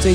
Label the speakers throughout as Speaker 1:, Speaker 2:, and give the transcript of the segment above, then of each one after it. Speaker 1: 最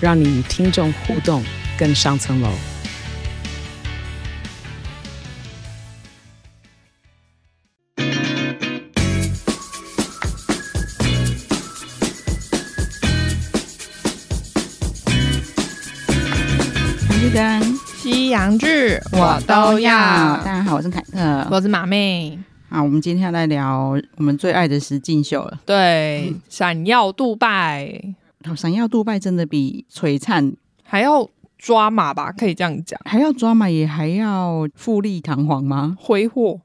Speaker 1: 让你与听众互动更上层楼。
Speaker 2: 日跟啊
Speaker 3: 西洋剧
Speaker 2: 大家好，我是凯特。
Speaker 3: 我是马妹，
Speaker 2: 啊，我们今天要来聊我们最爱的实境秀了。
Speaker 3: 对，闪耀杜拜，
Speaker 2: 哦闪耀杜拜真的比璀璨
Speaker 3: 还要抓马吧，可以这样讲，
Speaker 2: 还要抓马，也还要富丽堂皇吗？
Speaker 3: 挥霍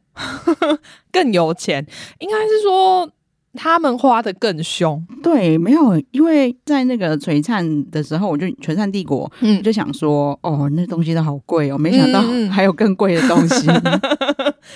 Speaker 3: 更有钱，应该是说他们花的更凶。
Speaker 2: 对，没有，因为在那个璀璨的时候，我就璀璨帝国，我
Speaker 3: 嗯，
Speaker 2: 就想说，哦，那东西都好贵哦，没想到
Speaker 3: 嗯嗯嗯
Speaker 2: 还有更贵的东 西。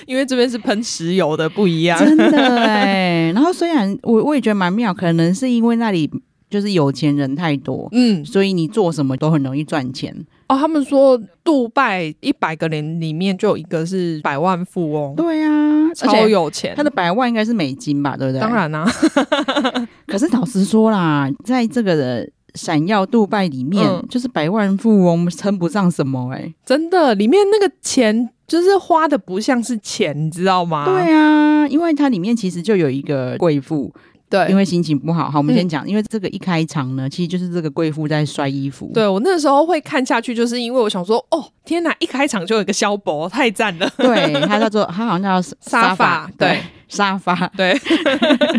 Speaker 3: 因为这边是喷石油的，不一样。
Speaker 2: 真的哎。然后虽然我我也觉得蛮妙，可能是因为那里就是有钱人太多，
Speaker 3: 嗯，
Speaker 2: 所以你做什么都很容易赚钱。
Speaker 3: 哦，他们说杜拜一百个人里面就有一个是百万富翁，
Speaker 2: 对啊，
Speaker 3: 超。有钱
Speaker 2: 他。的百万应该是美金吧，对不对？
Speaker 3: 当。然啦、啊
Speaker 2: 可是老实说啦，在这个的闪耀杜拜里面，
Speaker 3: 嗯
Speaker 2: 就是百万富翁称不上什么哎、
Speaker 3: 真的，里面那个钱就是花的不像是钱，你知道吗？
Speaker 2: 对啊，因为它里面其实就有一个贵妇，
Speaker 3: 对，
Speaker 2: 因为心情不好。好，我们
Speaker 3: 嗯
Speaker 2: 先讲，因为这个一开场呢，其实就是这个贵妇在摔衣服。
Speaker 3: 对我那时候会看下去，就是因为我想说，哦，天哪，一开场就有一个萧伯，太赞了。
Speaker 2: 对，他叫做他好像叫
Speaker 3: 沙
Speaker 2: 沙
Speaker 3: 发
Speaker 2: 发，
Speaker 3: 对
Speaker 2: 沙发，
Speaker 3: 对，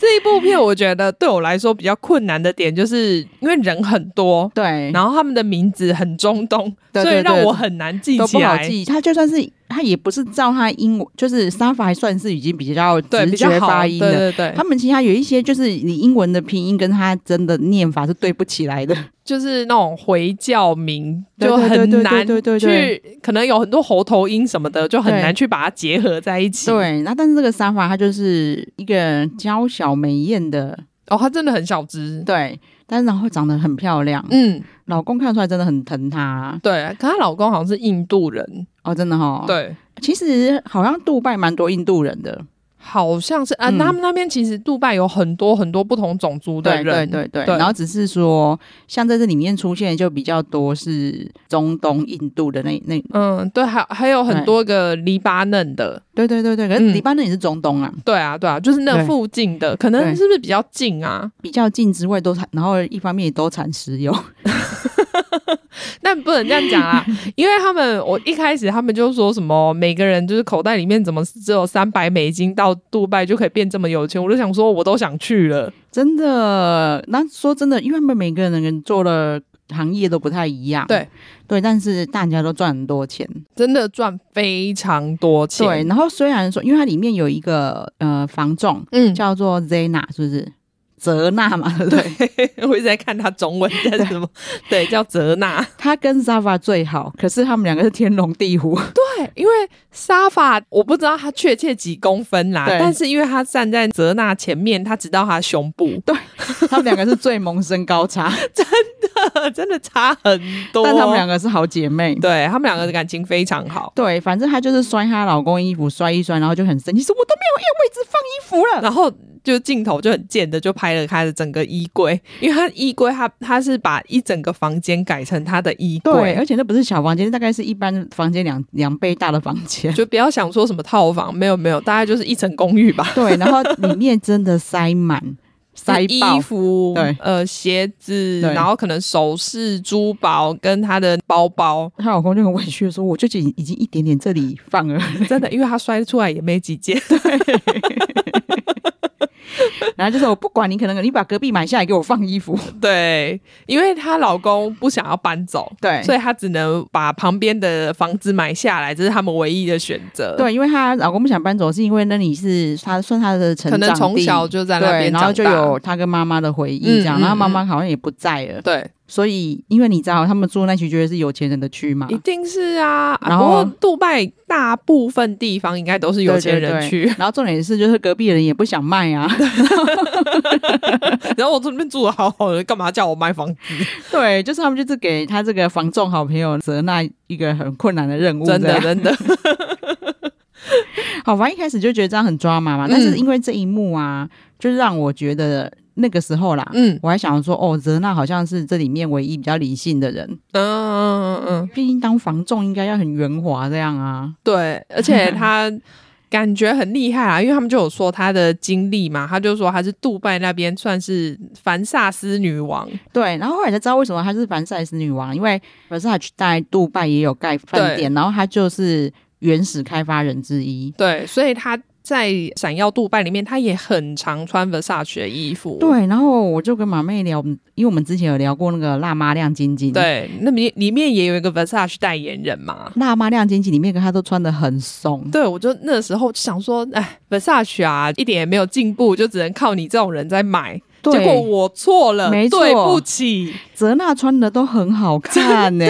Speaker 3: 这一部片我觉得对我来说比较困难的点，就是因为人很多，
Speaker 2: 对，
Speaker 3: 然后他们的名字很中东，
Speaker 2: 对对
Speaker 3: 所以让
Speaker 2: 对
Speaker 3: 我很难记
Speaker 2: 都
Speaker 3: 起
Speaker 2: 不好
Speaker 3: 来。
Speaker 2: 记。他就算是他也不是照他英文，就是沙发还算是已经比较
Speaker 3: 对，
Speaker 2: 直
Speaker 3: 比较
Speaker 2: 觉
Speaker 3: 好
Speaker 2: 发音
Speaker 3: 对
Speaker 2: 的。
Speaker 3: 对对，
Speaker 2: 他们其他有一些就是你英文的拼音跟他真的念法是对不起来的，
Speaker 3: 就是那种回教名，
Speaker 2: 对
Speaker 3: 就
Speaker 2: 对对
Speaker 3: 很
Speaker 2: 对
Speaker 3: 难
Speaker 2: 对对对
Speaker 3: 去，可能有很多喉头音什么的，就很
Speaker 2: 对
Speaker 3: 难去把它结合在一起。，
Speaker 2: 对。那但是这个沙发它就是一个娇小美艳的，
Speaker 3: 哦，他真的很小只，
Speaker 2: 对，但是然后长得很漂亮，
Speaker 3: 嗯，
Speaker 2: 老公看出来真的很疼她、
Speaker 3: 对。可她老公好像是印度人，
Speaker 2: 哦，真的哈、，
Speaker 3: 对。
Speaker 2: 其实好像杜拜蛮多印度人的，
Speaker 3: 好像是啊，
Speaker 2: 嗯
Speaker 3: 他们那边其实杜拜有很多很多不同种族的
Speaker 2: 对对
Speaker 3: 人，
Speaker 2: 对对，
Speaker 3: 对
Speaker 2: 然后只是说，像在这里面出现就比较多是中东、印度的那那，
Speaker 3: 嗯，对，还还有很多个黎巴嫩的，
Speaker 2: 对对对对，可是
Speaker 3: 嗯
Speaker 2: 黎巴嫩也是中东啊，
Speaker 3: 对啊，对啊，就是那
Speaker 2: 对
Speaker 3: 附近的，可能
Speaker 2: 对
Speaker 3: 是不是比较近啊？
Speaker 2: 比较近之外都产，然后一方面也都产石油，
Speaker 3: 但不能这样讲啦， 因为他们我一开始他们就说什么每个人就是口袋里面怎么只有三百美金，到杜拜就可以变这么有钱，我就想说我都想去了，
Speaker 2: 真的。那说真的，因为他们每个人做的行业都不太一样，
Speaker 3: 对
Speaker 2: 对，但是大家都赚很多钱，
Speaker 3: 真的赚非常多钱，
Speaker 2: 对。，然后虽然说，因为它里面有一个呃房仲
Speaker 3: 嗯，
Speaker 2: 叫做 Zena，是不是？泽娜嘛，对不对？
Speaker 3: 我一直在看他中文叫什么，对，叫泽娜。
Speaker 2: 他跟 Zava 最好，可是他们两个是天龙地虎。
Speaker 3: 对，因为沙发我不知道他确切几公分啦，
Speaker 2: 对
Speaker 3: 但是因为他站在泽娜前面，他只到他胸部，
Speaker 2: 他们两个是最萌身高差，
Speaker 3: 真的差很多。
Speaker 2: 但他们两个是好姐妹。
Speaker 3: 对他们两个的感情非常好。
Speaker 2: 对，反正她就是摔她老公衣服，摔一摔，然后就很生气，说我都没有位置放衣服了。
Speaker 3: 然后就镜头就很贱的就拍了他的整个衣柜，因为他衣柜他他是把一整个房间改成他的衣
Speaker 2: 对，
Speaker 3: 柜，
Speaker 2: 而且那不是小房间，大概是一般房间两两倍大的房 间。
Speaker 3: 就不要想说什么套房，没有没有，大概就是一层公寓吧，
Speaker 2: 对，然后里面真的塞满，塞
Speaker 3: 衣
Speaker 2: 爆。
Speaker 3: 服
Speaker 2: 对、
Speaker 3: 呃鞋子，
Speaker 2: 对
Speaker 3: 然后可能首饰、珠宝跟他的包包，
Speaker 2: 她老公就很委屈的说：“我就已已经一点点这里放 了。
Speaker 3: 真的，因为他摔出来也没几件。”
Speaker 2: 然后就说：“我不管你，可能你把隔壁买下来给我放衣服。
Speaker 3: 对，因为她老公不想要搬走”，
Speaker 2: 对，
Speaker 3: 所以她只能把旁边的房子买下来，这是他们唯一的选择。，
Speaker 2: 对，因为她老公不想搬走，是因为那里是她算她的成
Speaker 3: 可
Speaker 2: 长地，
Speaker 3: 能从小就在那
Speaker 2: 对，
Speaker 3: 边
Speaker 2: 然后
Speaker 3: 长
Speaker 2: 就
Speaker 3: 大
Speaker 2: 有他跟妈妈的回忆
Speaker 3: 嗯
Speaker 2: 这样，
Speaker 3: 嗯
Speaker 2: 然后妈
Speaker 3: 嗯
Speaker 2: 妈好像也不在了，
Speaker 3: 对，
Speaker 2: 所以因为你知道他们住那区绝对是有钱人的区嘛，
Speaker 3: 一定是啊。啊
Speaker 2: 然
Speaker 3: 不
Speaker 2: 后
Speaker 3: 过杜拜大部分地方应该都是有
Speaker 2: 对
Speaker 3: 钱人区，
Speaker 2: 对对然后重点是，就是隔壁的人也不想卖啊。
Speaker 3: 然后我这边住的好好的，干嘛叫我卖房子？
Speaker 2: 对，就是他们就是给他这个房仲好朋友泽娜一个很困难的任务，
Speaker 3: 真
Speaker 2: 这
Speaker 3: 的
Speaker 2: 样
Speaker 3: 真的，
Speaker 2: 好吧，一开始就觉得这样很抓马嘛，
Speaker 3: 嗯
Speaker 2: 但是因为这一幕啊，就让我觉得那个时候啦，
Speaker 3: 嗯
Speaker 2: 我还想说，哦，泽娜好像是这里面唯一比较理性的人，
Speaker 3: 嗯嗯嗯嗯，
Speaker 2: 毕竟当房仲应该要很圆滑这样啊。
Speaker 3: 对，而 且他。感觉很厉害啊，因为他们就有说他的经历嘛，他就说他是杜拜那边算是凡萨斯女王，
Speaker 2: 对，然后后来才知道为什么她是凡赛斯女王，因为 Versace 在杜拜也有盖饭店，然后她就是原始开发人之一。
Speaker 3: 对，所以他在《闪耀杜拜》里面，他也很常穿 Versace 的衣服，
Speaker 2: 对，然后我就跟马妹聊，因为我们之前有聊过那个辣妈亮晶晶，，
Speaker 3: 对，那里里面也有一个 Versace 代言人嘛。
Speaker 2: 辣妈亮晶晶里面她都穿的很松，
Speaker 3: 对，我就那时候想说，哎，Versace 啊，一点也没有进步，就只能靠你这种人在买。
Speaker 2: 对
Speaker 3: 结果我错了，
Speaker 2: 没错
Speaker 3: 对不起。
Speaker 2: 泽娜穿的都很好看呢、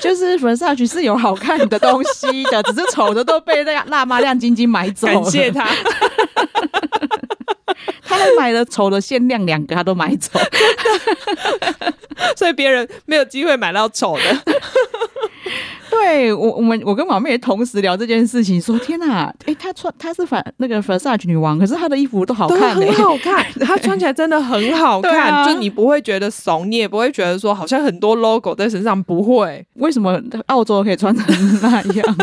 Speaker 2: 就是 Versace 是有好看的东西的，只是丑的都被那辣妈亮晶晶买走了。
Speaker 3: 感谢他，
Speaker 2: 她还买了丑的限量两个，她都买 走。
Speaker 3: 所以别人没有机会买到丑的。
Speaker 2: 对我，我们我跟毛妹也同时聊这件事情，说天哪、诶，她穿她是反那个 Versace 女王，可是她的衣服都好
Speaker 3: 都
Speaker 2: 看呢、
Speaker 3: 很好看，欸 它穿起来真的很好
Speaker 2: 对
Speaker 3: 看，
Speaker 2: 啊
Speaker 3: 就你不会觉得怂，你也不会觉得说好像很多 logo 在身上，不会，
Speaker 2: 为什么澳洲可以穿成那样？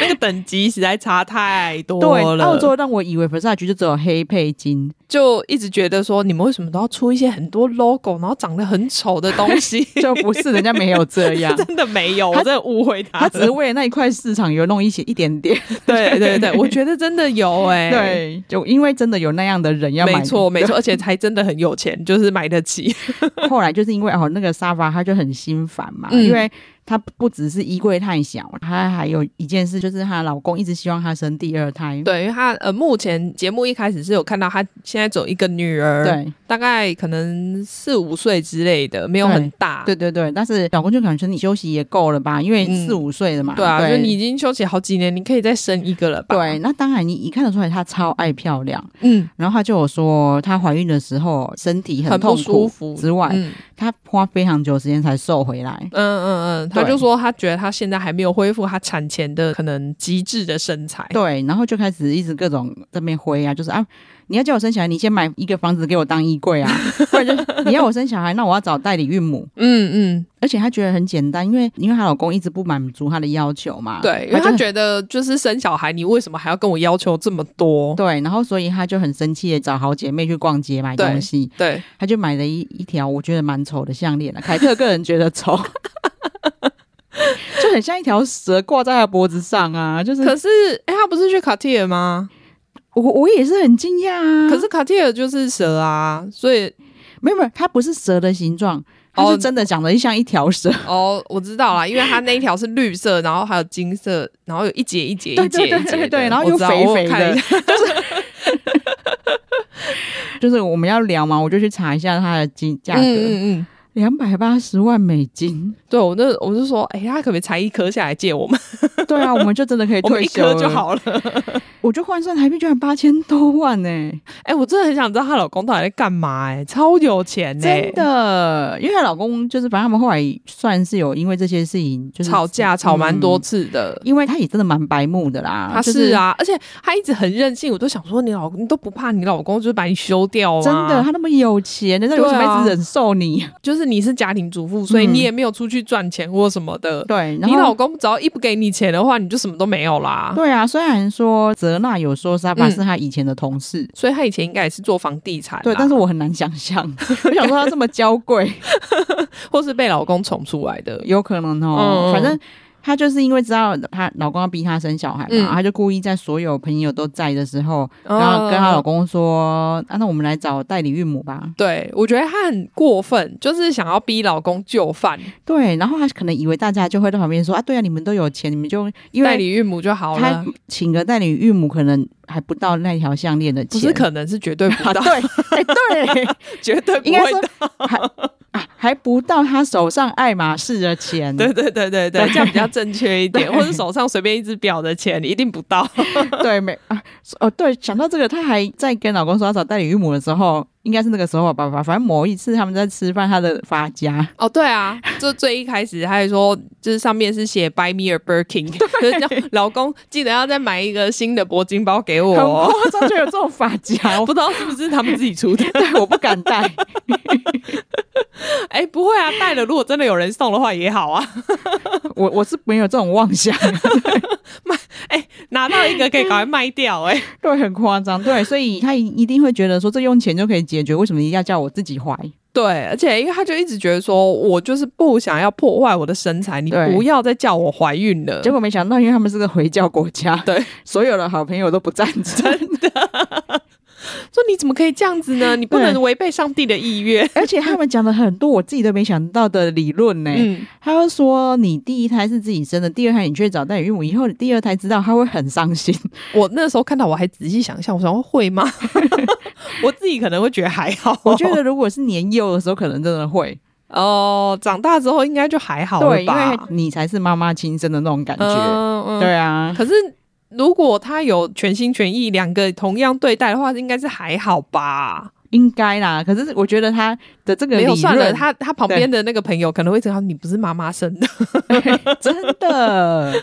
Speaker 3: 那个等级实在差太 多
Speaker 2: 对，
Speaker 3: 了。
Speaker 2: 澳洲让我以为 Versace 就只有黑配金，
Speaker 3: 就一直觉得说，你们为什么都要出一些很多 logo，然后长得很丑的东 西？。
Speaker 2: 就不是人家没有这样
Speaker 3: 真的没有，我真的误会他
Speaker 2: 他
Speaker 3: 了。
Speaker 2: 只是为了那一块市场有弄一些一点点，
Speaker 3: 对对对，我觉得真的有 哎、
Speaker 2: 对，就因为真的有那样的人要买，
Speaker 3: 没错没错，而且还真的很有钱，就是买得起。
Speaker 2: 后来就是因为哦，那个沙发他就很心烦嘛，
Speaker 3: 嗯
Speaker 2: 因为她不只是衣柜太小，她还有一件事就是她老公一直希望她生第二胎。
Speaker 3: 对，因为他呃，目前节目一开始是有看到他现在只有一个女儿，，
Speaker 2: 对
Speaker 3: 大概可能四五岁之类的，没有很大。
Speaker 2: 对对对，但是老公就感觉你休息也够了吧，因为
Speaker 3: 嗯
Speaker 2: 四五岁了嘛。
Speaker 3: 对啊，就你已经休息好几年，你可以再生一个了吧？
Speaker 2: 对，，那当然你一看得出来她超爱漂亮，
Speaker 3: 嗯，
Speaker 2: 然后她就有说她怀孕的时候身体
Speaker 3: 很
Speaker 2: 痛苦
Speaker 3: 不舒服
Speaker 2: 之外，
Speaker 3: 嗯
Speaker 2: 她花非常久的时间才瘦回来。
Speaker 3: 嗯嗯嗯，他
Speaker 2: 对
Speaker 3: 就说他觉得他现在还没有恢复他产前的可能极致的身材。
Speaker 2: 对，然后就开始一直各种这边挥啊，就是啊，你要叫我生小孩，你先买一个房子给我当衣柜 啊，不然就你要我生小孩，那我要找代理孕母。
Speaker 3: 嗯
Speaker 2: 而且她觉得很简单，因为因为她老公一直不满足她的要求嘛，
Speaker 3: 嗯，对，因为
Speaker 2: 她
Speaker 3: 他
Speaker 2: 就
Speaker 3: 觉得就是生小孩，你为什么还要跟我要求这么多？
Speaker 2: 对，然后所以她就很生气的找好姐妹去逛街买
Speaker 3: 对
Speaker 2: 东西，
Speaker 3: 对，
Speaker 2: 她就买了一一条我觉得蛮丑的项 链了，啊凯特个人觉得丑， 就很像一条蛇挂在她脖子上啊，就是
Speaker 3: 可是哎、他不是去卡蒂尔吗？
Speaker 2: 我我也是很惊讶啊，
Speaker 3: 可是卡蒂尔就是蛇啊，所以
Speaker 2: 没有没有，它不是蛇的形状，它
Speaker 3: 哦
Speaker 2: 是真的长得像一条蛇。
Speaker 3: 哦，我知道啦，因为它那一条是绿色，然后还有金色，然后有一节一节一节
Speaker 2: 对
Speaker 3: 一节
Speaker 2: 对对对
Speaker 3: 的
Speaker 2: 对，然后
Speaker 3: 我
Speaker 2: 又
Speaker 3: 知道
Speaker 2: 肥
Speaker 3: 我有
Speaker 2: 肥
Speaker 3: 看
Speaker 2: 的
Speaker 3: 一下，
Speaker 2: 就是我们要聊嘛，我就去查一下它的金价
Speaker 3: 嗯
Speaker 2: 格，
Speaker 3: 嗯嗯。
Speaker 2: 两百八十万美 金。
Speaker 3: 对，我那我就说，哎、他可不可以裁一颗下来借我们？
Speaker 2: 对啊，我们就真的可以
Speaker 3: 我们
Speaker 2: 退
Speaker 3: 一
Speaker 2: 休了
Speaker 3: 颗就。好了。
Speaker 2: 我就换算台币居然八千多万欸呢、
Speaker 3: 哎、我真的很想知道她老公到底在干嘛、哎，超有钱呢、
Speaker 2: 真的，因为她老公就是，反正他们后来算是有因为这些事情就是
Speaker 3: 吵架吵蛮多
Speaker 2: 嗯
Speaker 3: 次的。
Speaker 2: 因为他也真的蛮白目的啦，
Speaker 3: 他
Speaker 2: 就是
Speaker 3: 啊，而且他一直很任性，我都想说你老公你都不怕你老公就是把你休掉吗？啊
Speaker 2: 真的，他那么有钱，人家
Speaker 3: 对
Speaker 2: 为
Speaker 3: 啊
Speaker 2: 什么一直忍受你？
Speaker 3: 就是你是家庭主妇，所以
Speaker 2: 嗯
Speaker 3: 你也没有出去赚钱或什么的。
Speaker 2: 对，然
Speaker 3: 你
Speaker 2: 后
Speaker 3: 老公只要一不给你钱的话，你就什么都没有啦。
Speaker 2: 对啊，虽然说泽娜有说沙巴
Speaker 3: 嗯
Speaker 2: 是她以前的同事，
Speaker 3: 所以他以前应该也是做房地产啦，啊
Speaker 2: 对，但是我很难想象， 我想说她这么娇贵，
Speaker 3: 或是被老公宠出来的。
Speaker 2: 有可能
Speaker 3: 嗯
Speaker 2: 哦，
Speaker 3: 嗯
Speaker 2: 反正。她就是因为知道她老公要逼她生小孩嘛，
Speaker 3: 嗯
Speaker 2: 她就故意在所有朋友都在的时候，然后跟她老
Speaker 3: 公，
Speaker 2: 公说：“啊，那我们来找代理孕母吧。
Speaker 3: 对我觉得他很过分，就是想要逼老公就范，”
Speaker 2: 对，然后她可能以为大家就会在旁边说：“啊，对啊，你们都有钱，你们就因
Speaker 3: 代
Speaker 2: 为
Speaker 3: 理孕母就好
Speaker 2: 她
Speaker 3: 了。
Speaker 2: 请个代理孕母，可能还不到那条项链的
Speaker 3: 不
Speaker 2: 钱。”
Speaker 3: 是可能是绝对不
Speaker 2: 啊，
Speaker 3: 到，
Speaker 2: 对，哎、对，
Speaker 3: 绝对不
Speaker 2: 应该
Speaker 3: 会
Speaker 2: 说
Speaker 3: 到。
Speaker 2: 还啊，还不到他手上爱马仕的钱。
Speaker 3: 对对对对对，这样比较正确一 点，或者手上随便一只表的钱，你一定不到。
Speaker 2: 对，没啊，哦，对，想到这个，她还在跟老公说她找代理孕母的时候，应该是那个时候吧，吧，反正某一次他们在吃饭，她的发夹，
Speaker 3: 哦，对啊，就最一开始他还说，就是上面是写 “Buy me a Birkin”，就是 叫老公记得要再买一个新的铂金包给我
Speaker 2: 很
Speaker 3: 哦。
Speaker 2: 夸张，就 有这种发夹，
Speaker 3: 我
Speaker 2: 我
Speaker 3: 不知道是不是他们自己出的，
Speaker 2: 对，我不敢戴。
Speaker 3: 哎、不会啊，带了如果真的有人送的话也好啊，
Speaker 2: 我我是没有这种妄 想，
Speaker 3: 拿到一个可以赶快卖掉、哎，
Speaker 2: 对，很夸张，对，所以他一定会觉得说这用钱就可以解决，为什么一定要叫我自己怀？
Speaker 3: 对，而且因为他就一直觉得说，我就是不想要破坏我的身材，你
Speaker 2: 对
Speaker 3: 不要再叫我怀孕了
Speaker 2: 结。果没想到，因为他们是个回教国家，
Speaker 3: 对，
Speaker 2: 所有的好朋友都不赞 成，
Speaker 3: 说你怎么可以这样子呢？你不能
Speaker 2: 对
Speaker 3: 违背上帝的意愿。
Speaker 2: 而且他们讲了很多我自己都没想到的理论呢、
Speaker 3: 嗯，
Speaker 2: 他会说你第一胎是自己生的，第二胎你却找代理孕母，以后你第二胎知道他会很伤心。
Speaker 3: 我那时候看到我还仔细想象，我想说会吗？ 我自己可能会觉得还好，
Speaker 2: 我觉得如果是年幼的时候，可能真的会，
Speaker 3: 哦，长大之后应该就还好了
Speaker 2: 对，因
Speaker 3: 吧
Speaker 2: 为你才是妈妈亲生的那种感觉。
Speaker 3: 嗯嗯
Speaker 2: 对啊，
Speaker 3: 可是如果他有全心全意两个同样对待的话，应该是还好吧？
Speaker 2: 应该啦。可是我觉得他的这个
Speaker 3: 没有
Speaker 2: 理
Speaker 3: 算了，
Speaker 2: 论
Speaker 3: 他他旁边的那个朋友可能会知道你不是妈妈生 的，
Speaker 2: 真 的。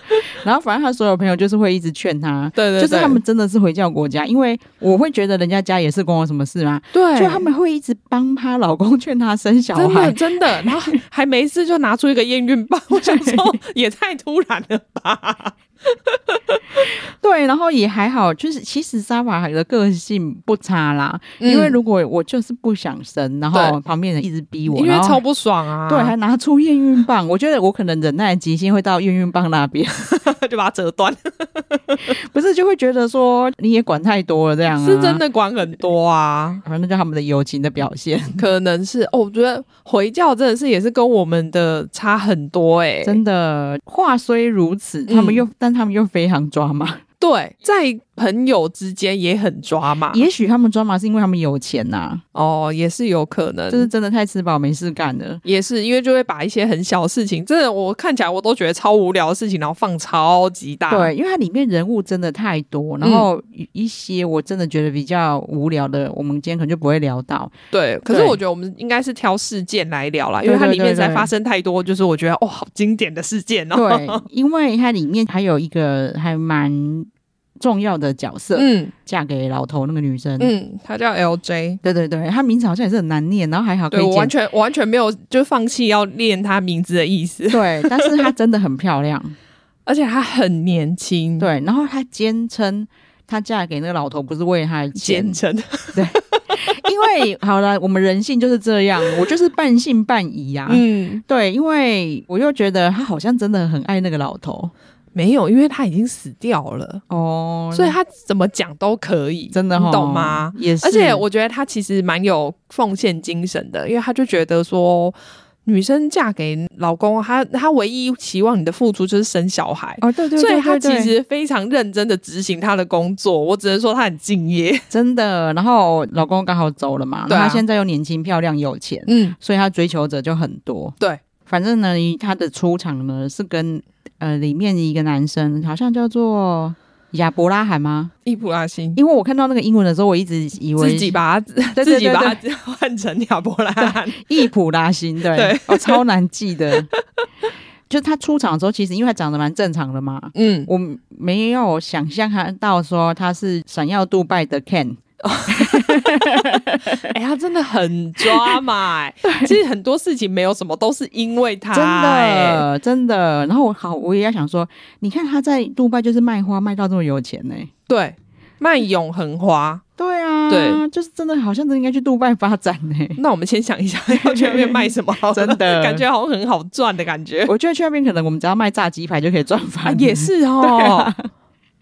Speaker 2: 然后反正他所有朋友就是会一直劝他，
Speaker 3: 对对对
Speaker 2: 就是他们真的是回教国家，因为我会觉得人家家也是关我什么事吗？
Speaker 3: 对
Speaker 2: 就他们会一直帮她老公劝她生小
Speaker 3: 真的
Speaker 2: 孩，
Speaker 3: 真的，然后还没事就拿出一个验孕棒，我想 说也太突然了吧？
Speaker 2: 对，然后也还好，就是其实沙法的个性不差啦，
Speaker 3: 嗯
Speaker 2: 因为如果我就是不想生，然后
Speaker 3: 对
Speaker 2: 旁边人一直逼我，
Speaker 3: 因为
Speaker 2: 然后
Speaker 3: 超不爽啊，
Speaker 2: 对，还拿出验孕棒，我觉得我可能忍耐的极限会到验孕棒那边，
Speaker 3: 就把它折断，
Speaker 2: 不是就会觉得说你也管太多了这样、啊，
Speaker 3: 是真，的管很多啊。
Speaker 2: 反正就他们的友情的表现，
Speaker 3: 可能是哦，我觉得回教真的是也是跟我们的差很多哎、
Speaker 2: 真的。话虽如此，他
Speaker 3: 嗯
Speaker 2: 们又、但他们又非常抓马，
Speaker 3: 对，在朋友之间也很抓嘛，
Speaker 2: 也许他们抓马是因为他们有钱呐、
Speaker 3: 哦，也是有可能，
Speaker 2: 就是真的太吃饱没事干了。
Speaker 3: 也是因为就会把一些很小的事情，真的我看起来我都觉得超无聊的事情，然后放超级大，嗯
Speaker 2: 对，因为它里面人物真的太多，然后一些我真的觉得比较无聊的，我们今天可能就不会聊到。
Speaker 3: 对。可是
Speaker 2: 对
Speaker 3: 我觉得我们应该是挑事件来聊啦，因为
Speaker 2: 对
Speaker 3: 它
Speaker 2: 对
Speaker 3: 里面
Speaker 2: 对
Speaker 3: 实在
Speaker 2: 对
Speaker 3: 发生太多，就是我觉得哦，好经典的事件哦。
Speaker 2: 对，因为它里面还有一个还蛮重要的角色，
Speaker 3: 嗯
Speaker 2: 嫁给老头那个女生。
Speaker 3: 嗯，他叫 LJ。
Speaker 2: 对对对，她名字好像也是很难念，然后还好可
Speaker 3: 对
Speaker 2: 以
Speaker 3: 我完
Speaker 2: 简。
Speaker 3: 全我完全没有就放弃要念他名字的意思，
Speaker 2: 对，但是她真的很漂亮。
Speaker 3: 而且他很年轻，
Speaker 2: 对，然后她坚称她嫁给那个老头不是为了他的钱
Speaker 3: 简，称。
Speaker 2: 因为好了，我们人性就是这样，我就是半信半疑啊。
Speaker 3: 嗯，
Speaker 2: 对，因为我又觉得他好像真的很爱那个老头
Speaker 3: 没有，因为他已经死掉了，
Speaker 2: 哦
Speaker 3: 所以他怎么讲都可以，
Speaker 2: 真的、哦、
Speaker 3: 你懂吗？？
Speaker 2: 也是，
Speaker 3: 而且我觉得他其实蛮有奉献精神的，因为他就觉得说，女生嫁给老公，她她唯一期望你的付出就是生小孩。
Speaker 2: 哦，对对对
Speaker 3: 所以
Speaker 2: 对
Speaker 3: 他
Speaker 2: 对
Speaker 3: 其实非常认真的执行他的工作，我只能说他很敬业。
Speaker 2: 真的，然后老公刚好走了嘛，
Speaker 3: 对
Speaker 2: 然
Speaker 3: 啊
Speaker 2: 后他现在又年轻漂亮有钱，
Speaker 3: 嗯，
Speaker 2: 所以他追求者就很多。
Speaker 3: 对，
Speaker 2: 反正呢，他的出场呢是跟呃里面一个男生，好像叫做亚伯拉罕吗？
Speaker 3: 易普拉欣
Speaker 2: 因为我看到那个英文的时候，我一直以为
Speaker 3: 自己把他
Speaker 2: 对对
Speaker 3: 自己
Speaker 2: 对
Speaker 3: 把他换成亚伯拉罕，
Speaker 2: 易普拉欣，对，
Speaker 3: 对
Speaker 2: 哦，超难记的。 就他出场的时候，其实因为他长得蛮正常的嘛，
Speaker 3: 嗯，
Speaker 2: 我没有想象他到说他是闪耀杜拜的 Ken，
Speaker 3: 哎、他真的很抓马、欸。其实很多事情没有什么，都是因为他、
Speaker 2: 真
Speaker 3: 欸。
Speaker 2: 的真的。然后我好，我也要想说，你看他在杜拜就是卖花卖到这么有钱呢、
Speaker 3: 对，卖永恒花。
Speaker 2: 对啊，
Speaker 3: 对，
Speaker 2: 就是真的好像真的应该去杜拜发展 呢、
Speaker 3: 那我们先想 一下，要去那边卖什么好了？
Speaker 2: 真的嗯
Speaker 3: 感觉好像很好赚的感觉。
Speaker 2: 我觉得去那边可能我们只要卖炸鸡排就可以赚
Speaker 3: 啊
Speaker 2: 翻、，
Speaker 3: 也。是哦。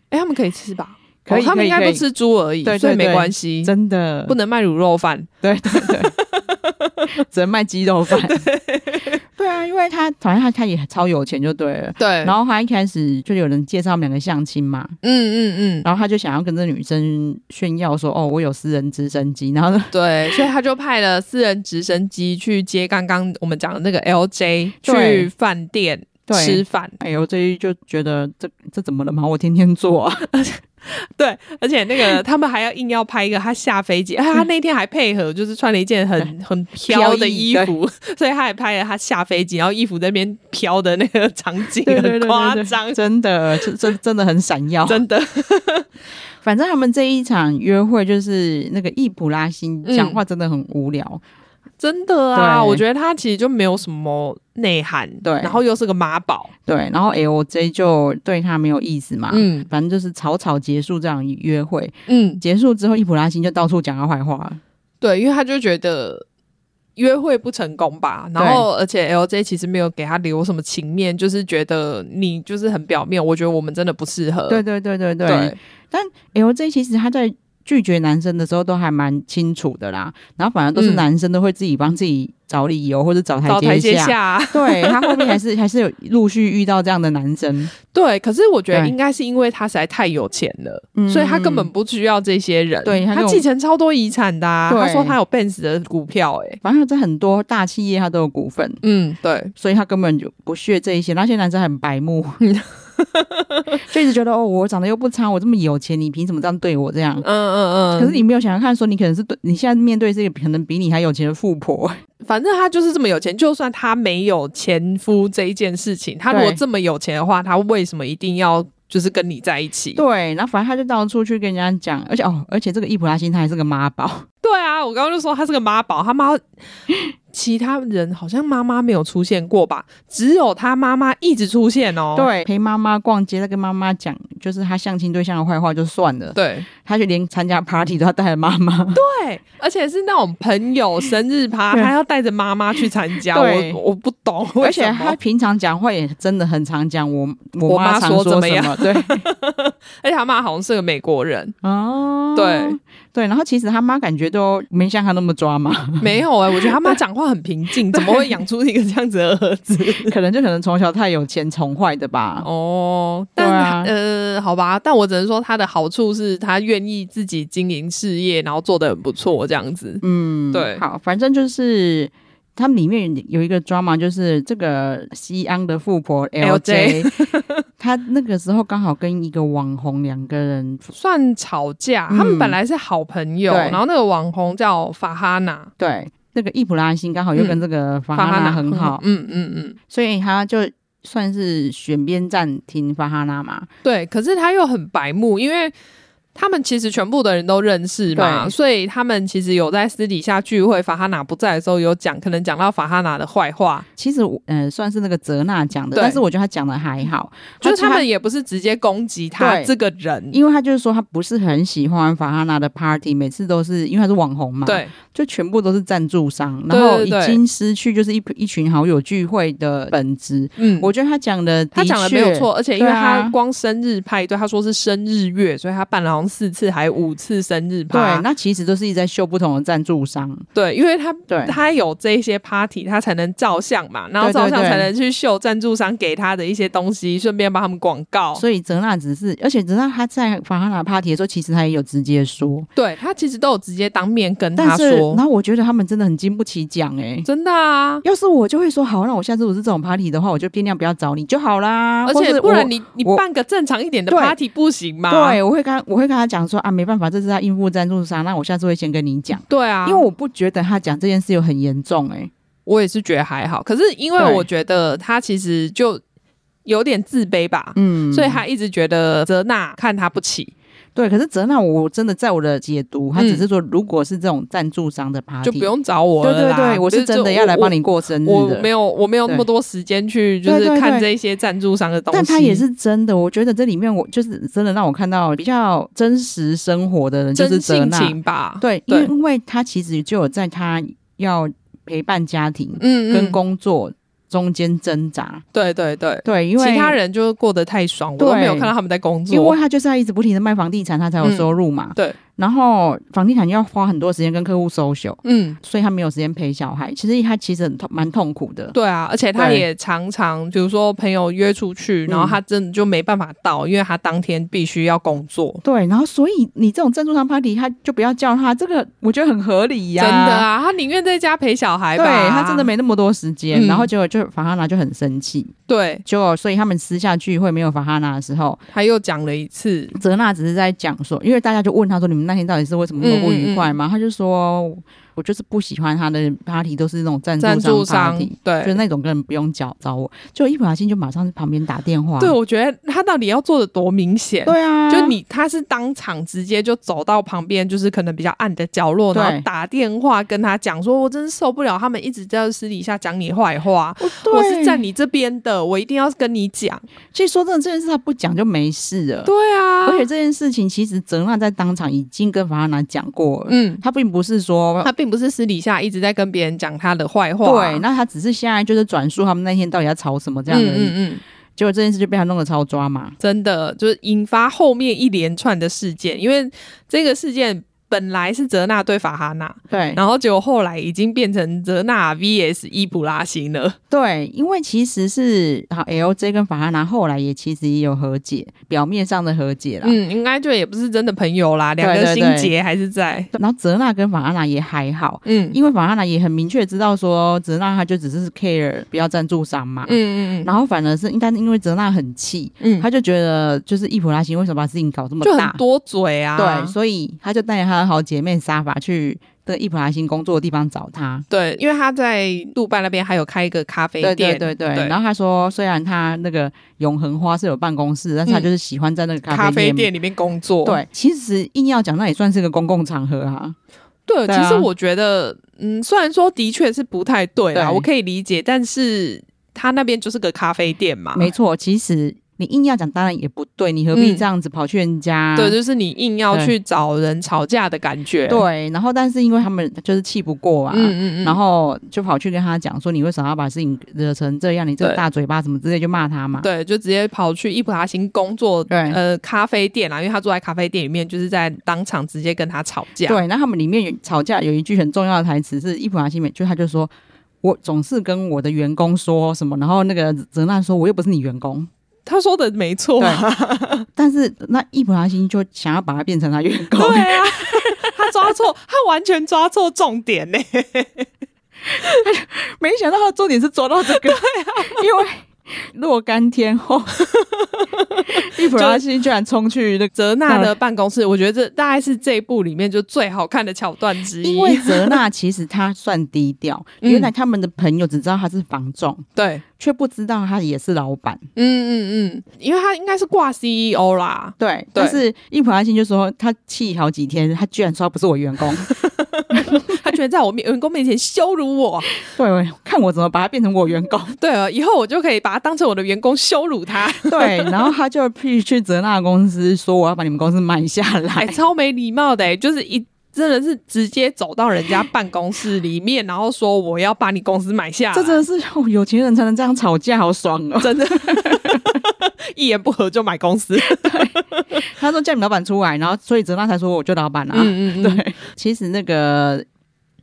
Speaker 3: 哎、他们可以吃吧？
Speaker 2: 啊可以
Speaker 3: 哦他
Speaker 2: 可
Speaker 3: 们
Speaker 2: 以
Speaker 3: 应该
Speaker 2: 可
Speaker 3: 都
Speaker 2: 以
Speaker 3: 吃猪而已，
Speaker 2: 对对
Speaker 3: 所以没
Speaker 2: 对
Speaker 3: 关系。
Speaker 2: 真的
Speaker 3: 不能卖卤肉饭，
Speaker 2: 对对对，只能卖鸡肉饭。对啊，因为他反正他他也超有钱就对了。
Speaker 3: 对，
Speaker 2: 然后他一开始就有人介绍他们两个相亲嘛，
Speaker 3: 嗯嗯嗯，
Speaker 2: 然后他就想要跟这女生炫耀说：“哦，我有私人直升机。”然后
Speaker 3: 对，所以他就派了私人直升机去接刚刚我们讲的那个 LJ
Speaker 2: 对
Speaker 3: 去饭店
Speaker 2: 对
Speaker 3: 吃饭。
Speaker 2: 哎呦，这一就觉得这这怎么了嘛？我天天做 啊，
Speaker 3: 对，而且那个他们还要硬要拍一个他下飞机，啊，他那天还配合就是穿了一件很很飘的衣服，所以他也拍了他下飞机，然后衣服在那边飘的那个场景很夸张，
Speaker 2: 真的，这这真的很闪耀。
Speaker 3: 真的，
Speaker 2: 反正他们这一场约会就是那个易普拉欣
Speaker 3: 嗯
Speaker 2: 讲话真的很无聊，
Speaker 3: 真的啊！
Speaker 2: 对
Speaker 3: 我觉得他其实就没有什么内涵，
Speaker 2: 对
Speaker 3: 然后又是个妈宝，
Speaker 2: 对，然后 L J 就对他没有意思嘛，
Speaker 3: 嗯
Speaker 2: 反正就是草草结束这场约会。
Speaker 3: 嗯，
Speaker 2: 结束之后，易普拉欣就到处讲他坏话了，
Speaker 3: 对，因为他就觉得。约会不成功吧，然后而且 L J 其实没有给他留什么情面，就是觉得你就是很表面，我觉得我们真的不适合。
Speaker 2: 对对对对对。
Speaker 3: 呃对
Speaker 2: L J 其实他在拒绝男生的时候都还蛮清楚的啦，然后反而都是
Speaker 3: 嗯
Speaker 2: 男生都会自己帮自己找理由或者找
Speaker 3: 找台
Speaker 2: 阶
Speaker 3: 阶下，
Speaker 2: 对他后面还是还是有陆续遇到这样的男生，
Speaker 3: 对，可是我觉得
Speaker 2: 对
Speaker 3: 应该是因为他实在太有钱了，
Speaker 2: 嗯
Speaker 3: 所以他根本不需要这些人。
Speaker 2: 对他
Speaker 3: 他
Speaker 2: 这种
Speaker 3: 继承超多遗产的、啊，
Speaker 2: 对
Speaker 3: 他说他有 Benz 的股票、欸，哎，
Speaker 2: 反正在很多大企业他都有股份，
Speaker 3: 嗯，对，
Speaker 2: 所以他根本就不屑这一些。那些男生很白 目，就一直觉得哦，我长得又不差，我这么有钱，你凭什么这样对我这样
Speaker 3: 嗯？嗯嗯。
Speaker 2: 可是你没有想想看，说你可能是对你现在面对这个可能比你还有钱的富婆，
Speaker 3: 反正他就是这么有钱，就算他没有前夫这一件事情，他如果
Speaker 2: 对
Speaker 3: 这么有钱的话，他为什么一定要就是跟你在一起？
Speaker 2: 对，然后反正他就到处去跟人家讲，而且哦，而且这个易普拉欣他还是个妈宝，
Speaker 3: 对啊，我刚刚就说他是个妈宝，他 妈其他人好像妈妈没有出现过吧，只有他妈妈一直出现哦。
Speaker 2: 对，陪妈妈逛街，再跟妈妈讲就是他相亲对象的坏话就算了，
Speaker 3: 对。
Speaker 2: 他就连参加 party 都要带着妈妈，
Speaker 3: 对，而且是那种朋友生日趴，
Speaker 2: 对
Speaker 3: 他要带着妈妈去参加，
Speaker 2: 对
Speaker 3: 我我不懂为
Speaker 2: 而且
Speaker 3: 什么，
Speaker 2: 他平常讲话也真的很常讲我
Speaker 3: 我
Speaker 2: 妈
Speaker 3: 妈
Speaker 2: 常
Speaker 3: 说怎
Speaker 2: 什
Speaker 3: 么样
Speaker 2: 对
Speaker 3: 而且他妈好像是个美国人，
Speaker 2: 哦
Speaker 3: 对
Speaker 2: 对，然后其实他妈感觉都没像他那么抓嘛，
Speaker 3: 没有哎、我觉得他妈讲话很平 静，怎么会养出一个这样子的儿子？
Speaker 2: 可能就可能从小太有钱宠坏的吧。
Speaker 3: 哦，
Speaker 2: 对
Speaker 3: 但、
Speaker 2: 啊
Speaker 3: 呃，好吧，但我只能说他的好处是他愿意自己经营事业，然后做的很不错，这样子。
Speaker 2: 嗯，
Speaker 3: 对
Speaker 2: 好，反正就是。他们里面有一个 drama，就是这个西安的富婆 LJ，她那个时候刚好跟一个网红两个人，
Speaker 3: 算吵架，
Speaker 2: 嗯
Speaker 3: 他们本来是好朋友，
Speaker 2: 对
Speaker 3: 然后那个网红叫法哈娜，
Speaker 2: 对，那个易普拉欣刚好又跟
Speaker 3: 嗯
Speaker 2: 这个法
Speaker 3: 法
Speaker 2: 哈娜
Speaker 3: 娜
Speaker 2: 很好，
Speaker 3: 嗯嗯嗯，
Speaker 2: 所以他就算是选边站听法哈娜嘛，
Speaker 3: 对，可是他又很白目，因为他们其实全部的人都认识嘛，
Speaker 2: 对
Speaker 3: 所以他们其实有在私底下聚会，法哈娜不在的时候有讲，可能讲到法哈娜的坏话，
Speaker 2: 其实我呃算是那个泽娜讲的，
Speaker 3: 对
Speaker 2: 但是我觉得他讲的还好，
Speaker 3: 就是
Speaker 2: 其
Speaker 3: 他
Speaker 2: 实
Speaker 3: 们也不是直接攻击他
Speaker 2: 对
Speaker 3: 这个人。
Speaker 2: 因为他就是说他不是很喜欢法哈娜的 party，每次都是因为他是网红嘛，，
Speaker 3: 对
Speaker 2: 就全部都是赞助商，
Speaker 3: 对
Speaker 2: 然后
Speaker 3: 对
Speaker 2: 已
Speaker 3: 对
Speaker 2: 经失去就是一一群好友聚会的本质。
Speaker 3: 嗯，
Speaker 2: 我觉得他讲的的
Speaker 3: 他讲的没有
Speaker 2: 确
Speaker 3: 错，，而且因为
Speaker 2: 对啊
Speaker 3: 他光生日派对，他说是生日月，所以他办了好像四次还五次生日
Speaker 2: 对，
Speaker 3: 趴。
Speaker 2: 那其实都是一直在秀不同的赞助商，
Speaker 3: 对，因为他
Speaker 2: 对
Speaker 3: 他有这些 party，他才能照相嘛，然后
Speaker 2: 对对
Speaker 3: 照相
Speaker 2: 对
Speaker 3: 才能去秀赞助商给他的一些东西，顺便帮他们广告。
Speaker 2: 所以泽娜只是，而且泽娜他在法哈娜 party 的时候，其实他也有直接说，
Speaker 3: 对他其实都有直接当面跟
Speaker 2: 但
Speaker 3: 嗯他
Speaker 2: 是然
Speaker 3: 说，
Speaker 2: 后我觉得他们真的很经不起讲哎、
Speaker 3: 真的啊，
Speaker 2: 要是我就会说好，那我下次我是这种 party 的话，我就尽量不要找你就好啦。
Speaker 3: 而
Speaker 2: 或
Speaker 3: 且
Speaker 2: 是
Speaker 3: 不
Speaker 2: 我
Speaker 3: 然你你
Speaker 2: 我
Speaker 3: 办个正常一点的
Speaker 2: 对
Speaker 3: party 不行吗？
Speaker 2: 对，我会跟他我会跟他讲说啊，没办法，这是他应付赞助商，那我下次会先跟你讲，
Speaker 3: 对啊，
Speaker 2: 因为我不觉得他讲这件事有很严重哎、
Speaker 3: 我也是觉得还好，可是因为
Speaker 2: 对
Speaker 3: 我觉得他其实就有点自卑吧，
Speaker 2: 嗯，
Speaker 3: 所以他一直觉得泽娜看他不起，
Speaker 2: 对，可是泽娜我真的在我的解读，他
Speaker 3: 嗯
Speaker 2: 只是说如果是这种赞助商的 party，
Speaker 3: 就不。用找我
Speaker 2: 对
Speaker 3: 了
Speaker 2: 嗯对
Speaker 3: 啦。
Speaker 2: 对，我
Speaker 3: 就是
Speaker 2: 真的要来帮。你过生日
Speaker 3: 我我
Speaker 2: 的。
Speaker 3: 没有，我没有那么
Speaker 2: 对
Speaker 3: 多时间去，就
Speaker 2: 对
Speaker 3: 是
Speaker 2: 对对
Speaker 3: 看这些赞助商的东西。
Speaker 2: 但他也是真的，我觉得这里面我就是真的让我看到比较真实生活的人，就
Speaker 3: 真
Speaker 2: 是泽
Speaker 3: 性
Speaker 2: 娜。
Speaker 3: 情吧？
Speaker 2: 对，因
Speaker 3: 对
Speaker 2: 为因为他其实就有在他要陪伴家庭
Speaker 3: 嗯，嗯，
Speaker 2: 跟工作中间挣扎。
Speaker 3: 对对对，
Speaker 2: 对，因为
Speaker 3: 其他。人就过得太爽，我都
Speaker 2: 对
Speaker 3: 没有看到他们在工作。
Speaker 2: 因为他就是要一直不停的卖房地产，他才有收入嘛。
Speaker 3: 嗯对
Speaker 2: 然后房地产要花很多时间跟客户 social，
Speaker 3: 嗯，
Speaker 2: 所以他没有时间陪小孩。其实他其实很痛，蛮痛苦的。
Speaker 3: 对啊，而且他
Speaker 2: 对嗯
Speaker 3: 也常常，比如说朋友约出去，然后他真的就没办法到，因为他当天必须要工作。
Speaker 2: 对，然后所以你这种赞助商 party，他就不要叫他，这个我觉得很合理呀、
Speaker 3: 真的啊，他宁愿在家陪小孩吧。
Speaker 2: 对他真的没那么多时间，
Speaker 3: 嗯
Speaker 2: 然后结果就法哈娜就很生气，
Speaker 3: 对，
Speaker 2: 结果所以他们私下聚会没有法哈娜的时候，
Speaker 3: 他又讲了一次，
Speaker 2: 泽娜只是在讲说，因为大家就问他说：“你们那天到底是为什么那么不愉快吗？”他就说：“我就是不喜欢他的 party 都是那种赞
Speaker 3: 赞助
Speaker 2: 助
Speaker 3: 商
Speaker 2: party，就是
Speaker 3: 对。
Speaker 2: 那种根本不用找找我。”就一不小心就马上旁边打电话。
Speaker 3: 对，我觉得他到底要做的多明显？
Speaker 2: 对啊，
Speaker 3: 就你他是当场直接就走到旁边，就是可能比较暗的角落，
Speaker 2: 对
Speaker 3: 然后打电话跟他讲说：“我真是受不了，他们一直在私底下讲你坏话，
Speaker 2: 我，
Speaker 3: 我是站
Speaker 2: 你。
Speaker 3: 你这边的，我一定要跟你讲。
Speaker 2: 其实说真的，这件事他不讲就没事”了。
Speaker 3: 对啊，
Speaker 2: 而且这件事情其实泽娜在当场已经跟法哈娜讲过了，
Speaker 3: 嗯，
Speaker 2: 他并不是说
Speaker 3: 他并不是私底下一直在跟别人讲他的坏话，
Speaker 2: 对，那他只是现在就是转述他们那天到底在吵什么这样
Speaker 3: 嗯
Speaker 2: 而已。
Speaker 3: 嗯嗯，
Speaker 2: 结果这件事就被他弄得超抓嘛。
Speaker 3: 真的就是引发后面一连串的事件，因为这个事件。本来是泽娜对法哈娜，
Speaker 2: 对，
Speaker 3: 然后结果后来已经变成泽娜 VS 伊 E 普拉辛了。
Speaker 2: 对，因为其实是好 L J 跟法哈拿后来也其实也有和解，表面上的和解啦。
Speaker 3: 嗯，应该就也不是真的朋友啦，两个
Speaker 2: 对对
Speaker 3: 心
Speaker 2: 对
Speaker 3: 结还是在。
Speaker 2: 然后泽娜跟法哈拿也还好，
Speaker 3: 嗯
Speaker 2: 因为法哈拿也很明确知道说泽娜她就只是 care 不要赞助商嘛。
Speaker 3: 嗯嗯嗯
Speaker 2: 然后反而是，但是因为泽娜很气，
Speaker 3: 嗯，
Speaker 2: 她就觉得就是易普拉辛为什么把事情搞这么
Speaker 3: 就
Speaker 2: 大
Speaker 3: 很，多嘴啊。
Speaker 2: 对，所以她就带着她的好姐妹沙法去的易普拉辛工作的地方找她。
Speaker 3: 对，因为他在杜拜那边还有开一个咖啡
Speaker 2: 对对
Speaker 3: 店，
Speaker 2: 对对，
Speaker 3: 对
Speaker 2: 然后她说，虽然她那个永恒花是有办公室，但是她
Speaker 3: 嗯
Speaker 2: 就是喜欢在那个
Speaker 3: 咖啡
Speaker 2: 店
Speaker 3: 店里面工作。
Speaker 2: 对，其实硬要讲，那也算是个公共场合啊。
Speaker 3: 对，
Speaker 2: 对
Speaker 3: 其实
Speaker 2: 啊
Speaker 3: 我觉得，嗯，虽然说的确是不太对啦，
Speaker 2: 对
Speaker 3: 我可以理解，但是他那边就是个咖啡店嘛，
Speaker 2: 没错，其实你硬要讲，当然也不对，你何必
Speaker 3: 啊嗯
Speaker 2: 这样子跑去人家？
Speaker 3: 对，就是你硬要
Speaker 2: 啊对
Speaker 3: 去找人吵架的感觉，
Speaker 2: 对然后，但是因为他们就是气不过啊。
Speaker 3: 嗯嗯嗯，
Speaker 2: 然
Speaker 3: 后
Speaker 2: 后就跑去跟他讲说，你为什么要把事情惹成这样？你这个
Speaker 3: 对
Speaker 2: 大嘴巴什么之类，就骂他嘛。
Speaker 3: 对，就直接跑去伊普拉辛工作，
Speaker 2: 对
Speaker 3: 呃，咖啡店啦，因为他坐在咖啡店里面，就是在当场直接跟他吵架，
Speaker 2: 对，那他们里面有吵架有一句很重要的台词是伊普拉西美，就他就说，我总是跟我的员工说什么，然后那个泽娜说，我又不是你员工。
Speaker 3: 他说的没错啊，
Speaker 2: 但是那伊普拉辛就想要把他变成他员工，
Speaker 3: 对啊， 他抓错，他完全抓错重点 呢、
Speaker 2: 没想到他的重点是抓到这个，因为若干天 后，伊普拉辛居然冲去那个。
Speaker 3: 泽娜的办公室，我觉得这大概是这一部里面就最好看的桥段之一，
Speaker 2: 因为泽娜其实她算低调，
Speaker 3: 嗯
Speaker 2: 原来他们的朋友只知道她是房仲，
Speaker 3: 对。
Speaker 2: 却不知道她也是老板。
Speaker 3: 嗯嗯嗯，因为他应该是挂 CEO 啦。
Speaker 2: 对，但是伊普拉辛就说他气好几天，他居然说他不是我员 工，
Speaker 3: 他居然在我面员工面前羞辱我，
Speaker 2: 对，看我怎么把他变成我员 工。
Speaker 3: 对了，以后我就可以把他当成我的员工羞辱 他，
Speaker 2: 对，然后他就去去泽娜公司说我要把你们公司买下
Speaker 3: 哎，
Speaker 2: 来。
Speaker 3: 超没礼貌的、哎，就是一真的是直接走到人家办公室里面，然后说我要把你公司买下来，
Speaker 2: 这真的是哦有钱人才能这样吵架，好爽哦！
Speaker 3: 真的一言不合就买公司，
Speaker 2: 他说叫你老板出来，然后所以泽娜才说我就老板啊。
Speaker 3: 嗯嗯嗯，
Speaker 2: 对，其实那个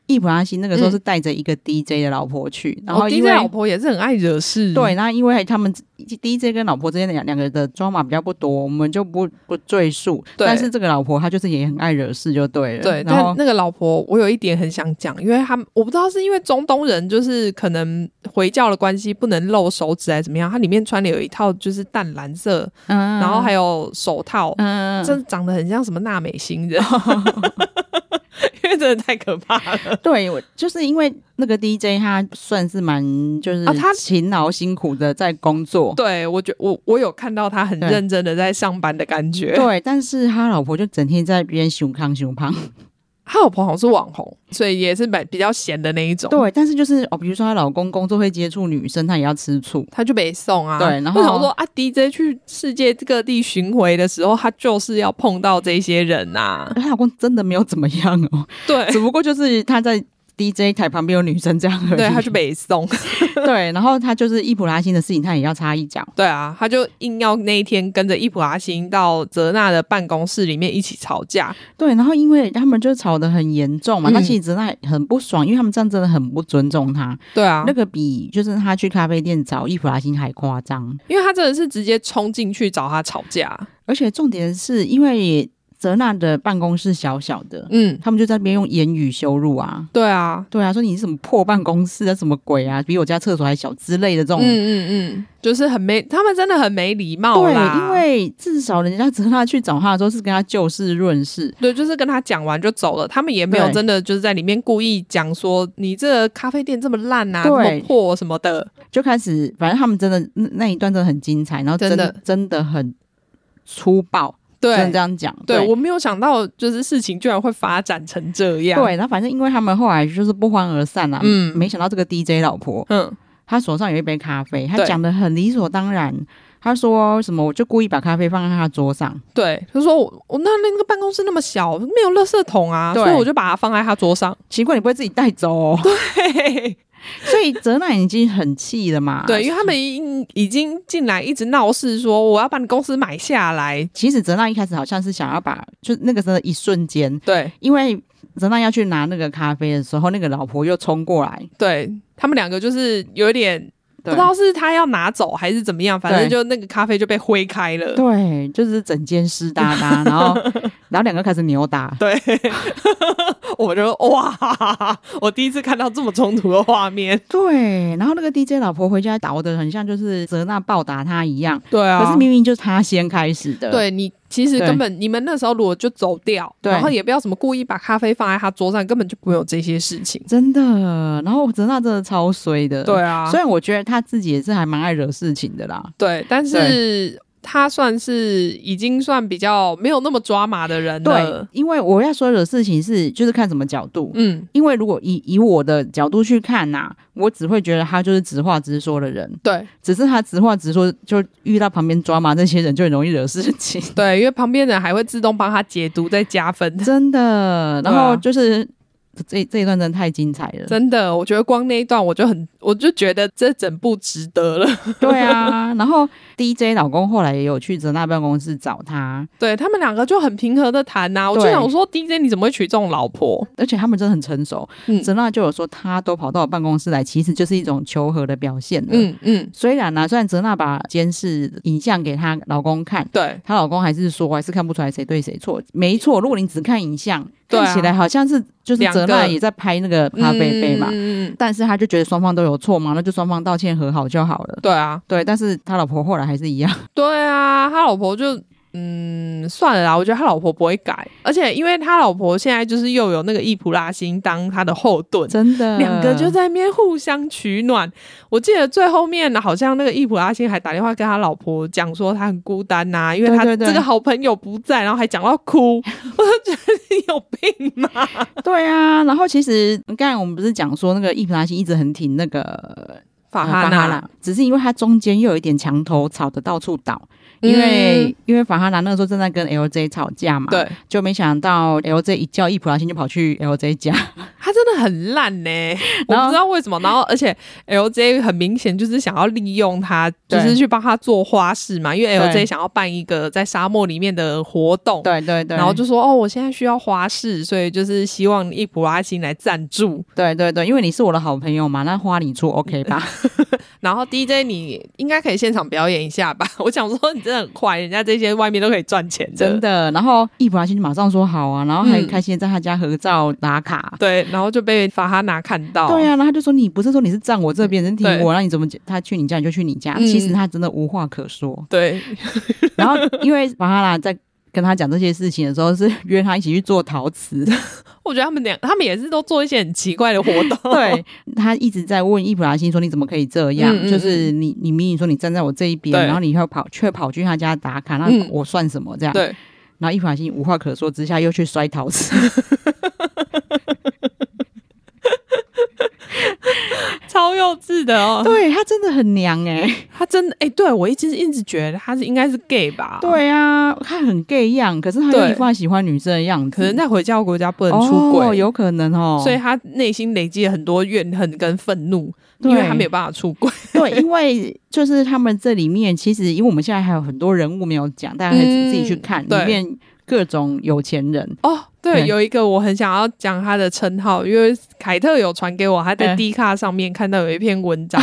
Speaker 2: 易普拉西那个时候
Speaker 3: 嗯
Speaker 2: 是带着一个 DJ 的老婆去，然后
Speaker 3: 我
Speaker 2: 因
Speaker 3: DJ
Speaker 2: 为、
Speaker 3: 哦老婆也是很爱惹事，
Speaker 2: 对，那因为他们 DJ 跟老婆之间的两两个的装码比较不多，我们就不不赘述。
Speaker 3: 对
Speaker 2: 但是这个老婆她就是也很爱惹事，就对了。
Speaker 3: 对，
Speaker 2: 然
Speaker 3: 但
Speaker 2: 后
Speaker 3: 那个老婆，我有一点很想讲，因为他们我不知道是因为中东人就是可能回教的关系不能露手指还是怎么样，它里面穿的有一套就是淡蓝色，
Speaker 2: 嗯，
Speaker 3: 然后还有手套，
Speaker 2: 嗯，
Speaker 3: 真的长得很像什么纳美 星人，因为真的太可怕了。
Speaker 2: 对，我就是因为那个 DJ 他算是蛮就是
Speaker 3: 啊他
Speaker 2: 勤劳辛苦的在工作。
Speaker 3: 对，我觉我我有看到他很
Speaker 2: 对
Speaker 3: 认真的在上班的感觉。
Speaker 2: 对，但是他老婆就整天在别人熊康熊胖，
Speaker 3: 他老婆好像是网红，所以也是蛮比较闲的那一种。
Speaker 2: 对，但是就是哦，比如说她老公工作会接触女生，她也要吃醋。
Speaker 3: 他就被送啊。
Speaker 2: 对然后
Speaker 3: 我想说啊，DJ 去世界各地巡回的时候，他就是要碰到这些人呐、啊
Speaker 2: 她老公真的没有怎么样哦，
Speaker 3: 对
Speaker 2: 只不过就是她在 DJ 台旁边有女生这样而已。
Speaker 3: 对，他就北宋，
Speaker 2: 对，然后他就是伊普拉欣的事情，他也要插一脚。
Speaker 3: 对啊，他就硬要那一天跟着伊普拉欣到泽娜的办公室里面一起吵架。
Speaker 2: 对，然后因为他们就吵得很严重嘛，
Speaker 3: 嗯
Speaker 2: 那其实泽娜很不爽，因为他们这样真的很不尊重他。
Speaker 3: 对啊
Speaker 2: 那，个比就是他去咖啡店找伊普拉欣还夸张，
Speaker 3: 因为他真的是直接冲进去找他吵架。
Speaker 2: 而且重点是因为泽娜的办公室小小的，
Speaker 3: 嗯，
Speaker 2: 他们就在那边用言语羞辱啊。
Speaker 3: 对啊，
Speaker 2: 对啊，说你是什么破办公室啊，什么鬼啊，比我家厕所还小之类的这种。
Speaker 3: 嗯嗯嗯，就是很没，他们真的很没礼貌啦。
Speaker 2: 对，因为至少人家泽娜去找他的时候是跟他就事论事，
Speaker 3: 对，就是跟他讲完就走了，他们也没有
Speaker 2: 对
Speaker 3: 真的就是在里面故意讲说你这个咖啡店这么烂呐、啊，这
Speaker 2: 对
Speaker 3: 么破什么的。
Speaker 2: 就开始，反正他们真的那那一段真的很精彩，然后真
Speaker 3: 真的
Speaker 2: 真的很粗暴，只能
Speaker 3: 对
Speaker 2: 这，样讲。
Speaker 3: 对
Speaker 2: 对
Speaker 3: 我没有想到，就是事情居然会发展成这样。
Speaker 2: 对，然后反正因为他们后来就是不欢而散啦、啊
Speaker 3: 嗯
Speaker 2: 没想到这个 DJ 老婆，
Speaker 3: 嗯，
Speaker 2: 她手上有一杯咖啡，她
Speaker 3: 对
Speaker 2: 讲的很理所当然。她说什么？我就故意把咖啡放在她桌上。
Speaker 3: 对，他说我我那那个办公室那么小，没有垃圾桶啊，
Speaker 2: 对
Speaker 3: 所以我就把它放在他桌上。
Speaker 2: 奇怪，你不会自己带走、哦？
Speaker 3: 嘿嘿嘿
Speaker 2: 所以泽乃已经很气了嘛。
Speaker 3: 对，因为他们已已经进来一直闹事，说我要把你公司买下来。
Speaker 2: 其实泽娜一开始好像是想要把，就那个真的一瞬间，
Speaker 3: 对
Speaker 2: 因为泽娜要去拿那个咖啡的时候，那个老婆又冲过来，
Speaker 3: 对，他们两个就是有一点不
Speaker 2: 对
Speaker 3: 知道是他要拿走还是怎么样，反
Speaker 2: 对
Speaker 3: 正就那个咖啡就被挥开 了。
Speaker 2: 对，就是整间湿哒 哒，然后然后两个开始扭打，
Speaker 3: 对， 我就哇，我第一次看到这么冲突的画面。
Speaker 2: 对，然后那个 DJ 老婆回家倒的很像就是泽娜暴打他一样，
Speaker 3: 对啊
Speaker 2: 可是明明就是他先开始的，
Speaker 3: 对你其实
Speaker 2: 对
Speaker 3: 根本你们那时候如果就走掉，
Speaker 2: 对
Speaker 3: 然后也不要什么故意把咖啡放在他桌上，根本就不会有这些事情。
Speaker 2: 真的，然后泽娜真的超衰的，
Speaker 3: 对。啊
Speaker 2: 虽，然我觉得他自己也是还蛮爱惹事情的啦，
Speaker 3: 对，但是他算是已经算比较没有那么抓马的人
Speaker 2: 对
Speaker 3: 了，。
Speaker 2: 因为我要说惹事情是就是看什么角度，
Speaker 3: 嗯，
Speaker 2: 因为如果以以我的角度去看呐、我只会觉得他就是直话直说的人，
Speaker 3: 对
Speaker 2: 只是他直话直说，就遇到旁边抓马这些人就很容易惹事情，
Speaker 3: 对，因为旁边人还会自动帮他解读再加分。
Speaker 2: 真的。
Speaker 3: 对
Speaker 2: 然
Speaker 3: 啊
Speaker 2: 后就是、这这一段真的太精彩了，
Speaker 3: 真的，我觉得光那一段我就很，我就觉得这整部值得了。
Speaker 2: 对啊。然后 DJ 老公后来也有去泽娜办公室找他，
Speaker 3: 对他们两个就很平和的谈呐、我就
Speaker 2: 对
Speaker 3: 想说，DJ 你怎么会娶这种老婆？
Speaker 2: 而且他们真的很成熟。
Speaker 3: 嗯
Speaker 2: 泽娜就有说，他都跑到我办公室来，其实就是一种求和的表现了。
Speaker 3: 嗯嗯，
Speaker 2: 虽然呢、啊虽然泽娜把监视影像给她老公看，
Speaker 3: 对
Speaker 2: 她老公还是说，还是看不出来谁对谁错。没错，如果你只看影像，
Speaker 3: 对啊
Speaker 2: 看起来好像是就是
Speaker 3: 两
Speaker 2: 泽
Speaker 3: 个
Speaker 2: 娜也在拍那个咖啡杯嘛，
Speaker 3: 嗯嗯嗯，
Speaker 2: 但是他就觉得双方都有错嘛，那就双方道歉和好就好了。
Speaker 3: 对啊，
Speaker 2: 对，但是他老婆后来还是一样，
Speaker 3: 对啊，他老婆就。嗯，算了啦，我觉得他老婆不会改，而且因为他老婆现在就是又有那个易普拉星当他的后 盾，
Speaker 2: 真的
Speaker 3: 两个就在那边互相取暖。我记得最后面好像那个易普拉星还打电话跟他老婆讲说他很孤单呐、因为他
Speaker 2: 对对对
Speaker 3: 这个好朋友不在，然后还讲到 哭，我就觉得你有病吗？
Speaker 2: 对啊。然后其实刚才我们不是讲说那个伊普拉西一直很挺那个
Speaker 3: 法
Speaker 2: 呃
Speaker 3: 哈纳，
Speaker 2: 纳，只是因为他中间又有一点墙头草的到处倒，因为、
Speaker 3: 嗯
Speaker 2: 因为法哈纳那个时候正在跟 LJ 吵架嘛，
Speaker 3: 对，
Speaker 2: 就没想到 LJ 一叫易普拉欣就跑去 LJ 家，
Speaker 3: 他真的很烂呢、我
Speaker 2: 然后
Speaker 3: 不知道为什么。然后，而且 LJ 很明显就是想要利用他，就
Speaker 2: 对
Speaker 3: 是去帮他做花式嘛，因为
Speaker 2: 对
Speaker 3: LJ 想要办一个在沙漠里面的活动。
Speaker 2: 对对对，
Speaker 3: 然后就说哦，我现在需要花式，所以就是希望伊普拉辛来赞助。
Speaker 2: 对对对，因为你是我的好朋友嘛，那花你出 OK 吧？
Speaker 3: 然后 DJ 你应该可以现场表演一下吧？ 我想说你真的很快，人家这些外面都可以赚钱的。
Speaker 2: 真的。然后易普拉欣就马上说好啊，然后还
Speaker 3: 嗯
Speaker 2: 开心地在他家合照打卡。
Speaker 3: 对，然后就被法哈拿看到。
Speaker 2: 对啊，然后他就说你不是说你是站我这边，人挺
Speaker 3: 哦对
Speaker 2: 我，那你怎么他去你家你就去你家？
Speaker 3: 嗯
Speaker 2: 其实他真的无话可说。
Speaker 3: 对
Speaker 2: 然后因为法哈拉在跟他讲这些事情的时候，是约他一起去做陶 瓷。
Speaker 3: 我觉得他们俩，他们也是都做一些很奇怪的活动。
Speaker 2: 对啊他一直在问易普拉欣说：“你怎么可以这样？
Speaker 3: 嗯嗯
Speaker 2: 就是你，你明明说你站在我这一边，
Speaker 3: 对
Speaker 2: 然后你又跑，却跑去他家打卡，那
Speaker 3: 嗯
Speaker 2: 我算什么？这样。
Speaker 3: 对，
Speaker 2: 然后易普拉欣无话可说之下，又去摔陶 瓷。
Speaker 3: 超幼幼稚的哦。
Speaker 2: 对他真的很娘哎、
Speaker 3: 他真的哎、对我一直一直觉得他是应该是 gay 吧？，
Speaker 2: 对啊，他很 gay 样，可是他又
Speaker 3: 哦对
Speaker 2: 一副他喜欢女生的样子，
Speaker 3: 可能在回教国家不能出轨、
Speaker 2: 哦，有可能哦。
Speaker 3: 所以他内心累积了很多怨恨跟愤怒，
Speaker 2: 对
Speaker 3: 因为他没有办法出轨。
Speaker 2: 对，因为就是他们这里面，其实因为我们现在还有很多人物没有讲，大家可以自己去看、
Speaker 3: 嗯对
Speaker 2: 里面各种有钱人。
Speaker 3: 哦，
Speaker 2: 嗯
Speaker 3: 对，有一个我很想要讲他的称号，因为凯特有传给我，他在
Speaker 2: 嗯
Speaker 3: D 卡上面看到有一篇文 章。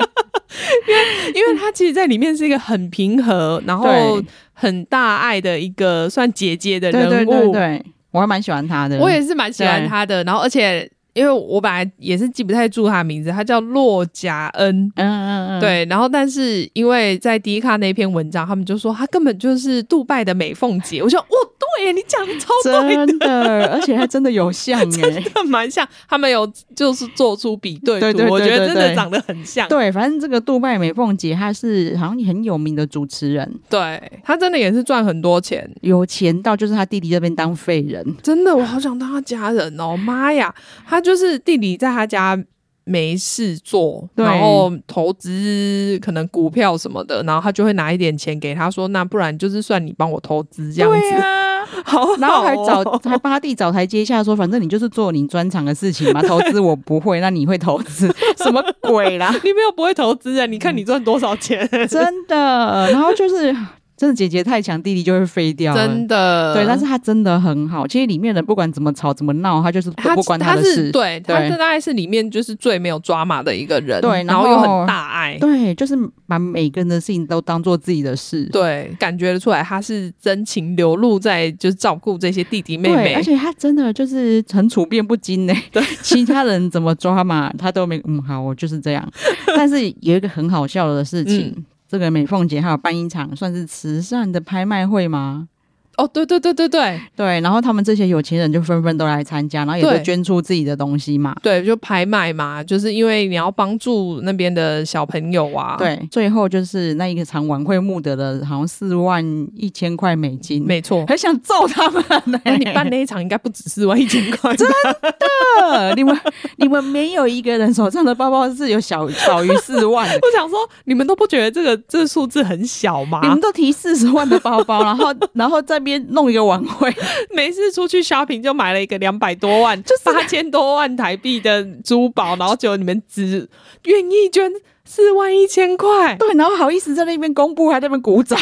Speaker 3: 因为，因为他其实，在里面是一个很平和，然后
Speaker 2: 对
Speaker 3: 很大爱的一个算姐姐的
Speaker 2: 对
Speaker 3: 人物。
Speaker 2: 对对对，我还蛮喜欢他的。
Speaker 3: 我也是蛮喜欢
Speaker 2: 对
Speaker 3: 他的。然后，而且因为我本来也是记不太住他的名字，他叫洛贾恩。
Speaker 2: 嗯嗯嗯，
Speaker 3: 对，然 后但是因为在迪卡那篇文章，他们就说他根本就是杜拜的美凤姐，我说哦，对耶，你讲的超对
Speaker 2: 真的，而且还真的有像 哎、
Speaker 3: 的 蛮像，他们有就是做出比对图，
Speaker 2: 对对对
Speaker 3: 我觉
Speaker 2: 对
Speaker 3: 得真的
Speaker 2: 对
Speaker 3: 长得很像。
Speaker 2: 对，反正这个杜拜美凤姐她是好像很有名的主持人，
Speaker 3: 对他真的也是赚很多钱，
Speaker 2: 有钱到就是她弟弟这边当废 人。
Speaker 3: 真的，我好想当他家人哦，妈呀，他就是弟弟在他家。没事做，
Speaker 2: 对
Speaker 3: 然后投资可能股票什么的，然后他就会拿一点钱给他说，那不然就是算你帮我投资这样子，
Speaker 2: 啊，
Speaker 3: 好 好哦
Speaker 2: 然后还找还帮他弟找台阶下，说反正你就是做你专长的事情嘛，投资我不会，那你会投资什么鬼啦？
Speaker 3: 你没有不会投资啊？你看你赚多少钱？
Speaker 2: 真的，然后就是真的姐姐太强，弟弟就会飞掉了。
Speaker 3: 真的，
Speaker 2: 对，但是他真的很好。其实里面人不管怎么吵怎么闹，他就是
Speaker 3: 他
Speaker 2: 都不关
Speaker 3: 他
Speaker 2: 的
Speaker 3: 是
Speaker 2: 事。
Speaker 3: 对，
Speaker 2: 对
Speaker 3: 他这大概是里面就是最没有抓马的一个人，
Speaker 2: 对
Speaker 3: 然后
Speaker 2: 然
Speaker 3: 又
Speaker 2: 后
Speaker 3: 很大爱，
Speaker 2: 对，就是把每个人的事情都当做自己的事。
Speaker 3: 对，感觉得出来他是真情流露在就是照顾这些弟弟妹
Speaker 2: 对，
Speaker 3: 妹
Speaker 2: 而，且他真的就是很处变不惊 呢、对，其他人怎么抓嘛，他都没嗯好，我就是 这样。但是有一个很好笑的事情，
Speaker 3: 嗯
Speaker 2: 这个美凤姐还有办一场算是慈善的拍卖会吗？
Speaker 3: 哦，对对对对对
Speaker 2: 对，然后他们这些有钱人就纷纷都来参加，然后也都
Speaker 3: 对
Speaker 2: 捐出自己的东西嘛。
Speaker 3: 对，就拍卖嘛，就是因为你要帮助那边的小朋友啊，，
Speaker 2: 对，最后就是那一个场晚会募得了好像四万一千块美金，
Speaker 3: 没 错。
Speaker 2: 很想揍他们呢、
Speaker 3: 那你办那一场应该不止四万一 千块吧，真
Speaker 2: 的， 你们你们没有一个人手上的包包是有小少于四万的，
Speaker 3: 我想说，你们都不觉得这个这个数字很小吗？
Speaker 2: 你们都提四十万的包包，然后 然后这边弄一个晚会，
Speaker 3: 没事出去 shopping 就买了一个两百多万，就八千多万台币的珠宝，然后结果你们只愿意捐四万一千 块，
Speaker 2: 对，然后好意思在那边公布，还在那边鼓掌，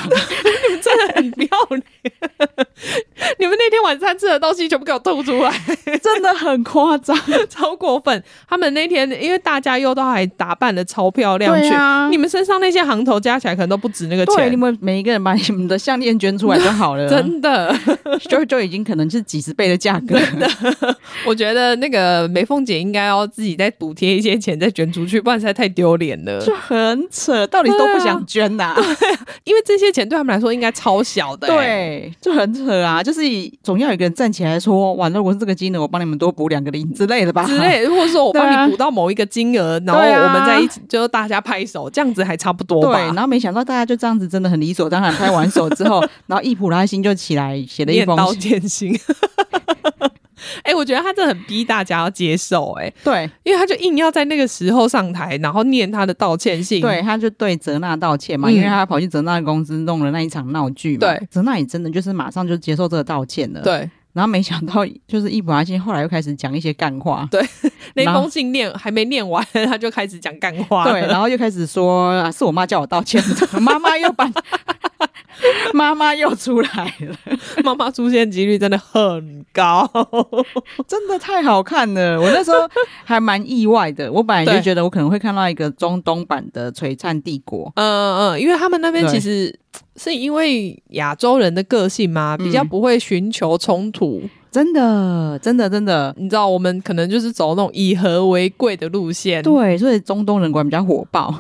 Speaker 3: 真的很不要脸！ 你们那天晚餐吃的东西全部给我吐出来，
Speaker 2: 真的很夸张。
Speaker 3: 超过分！他们那天因为大家又都还打扮的超漂亮
Speaker 2: 对
Speaker 3: 去，
Speaker 2: 啊
Speaker 3: 你们身上那些行头加起来可能都不值那个
Speaker 2: 对，你
Speaker 3: 钱，
Speaker 2: 们每一个人把你们的项链捐出来就好了，
Speaker 3: 真的。
Speaker 2: 就就已经可能是几十倍的价格。
Speaker 3: 我觉得那个梅凤姐应该要自己再补贴一些钱再捐出去，不然实在太丢脸了。
Speaker 2: 就很扯，到底都不想捐 呐、
Speaker 3: 因为这些钱对他们来说应该超小的、欸。
Speaker 2: 对，就很扯啊！就是总要有一个人站起来说：“完了，我是这个金额，我帮你们多补两个零之类的吧。”
Speaker 3: 之类的，或者说我
Speaker 2: 对啊
Speaker 3: 帮你补到某一个金额，然后
Speaker 2: 对啊
Speaker 3: 我们再一起，就是大家拍手，这样子还差不 多
Speaker 2: 对，
Speaker 3: 吧
Speaker 2: 然。后没想到大家就这样子，真的很理所当然。拍完手之后，然后易普拉欣就起来写了一
Speaker 3: 念
Speaker 2: 封
Speaker 3: 刀
Speaker 2: 信，
Speaker 3: 见心。 哎、我觉得他真的很逼大家要接受、哎，
Speaker 2: 对
Speaker 3: 因为他就硬要在那个时候上台，然后念他的道歉信。
Speaker 2: 对，他就对泽娜道歉嘛，
Speaker 3: 嗯
Speaker 2: 因为他跑去泽娜公司弄了那一场闹剧嘛。
Speaker 3: 对，
Speaker 2: 泽娜也真的就是马上就接受这个道歉了。，
Speaker 3: 对，
Speaker 2: 然后没想到就是易普拉欣后来又开始讲一些干 话。
Speaker 3: 那
Speaker 2: 然后
Speaker 3: 封信念还没念完， 他就开始讲干话了。
Speaker 2: 对，然后又开始说啊，是我妈叫我道歉的，妈妈又把 妈妈又出来了，
Speaker 3: 妈妈出现几率真的很高。
Speaker 2: 真的太好看了。我那时候还蛮意外的，我本来就
Speaker 3: 对
Speaker 2: 觉得我可能会看到一个中东版的《璀璨帝国
Speaker 3: 嗯嗯，因为他们那边
Speaker 2: 对
Speaker 3: 其实是因为亚洲人的个性嘛，比较
Speaker 2: 嗯
Speaker 3: 不会寻求冲突。》，
Speaker 2: 真的，真的，真的。
Speaker 3: 你知道，我们可能就是走那种以和为贵的路线，
Speaker 2: 对，所以中东人果然比较火爆，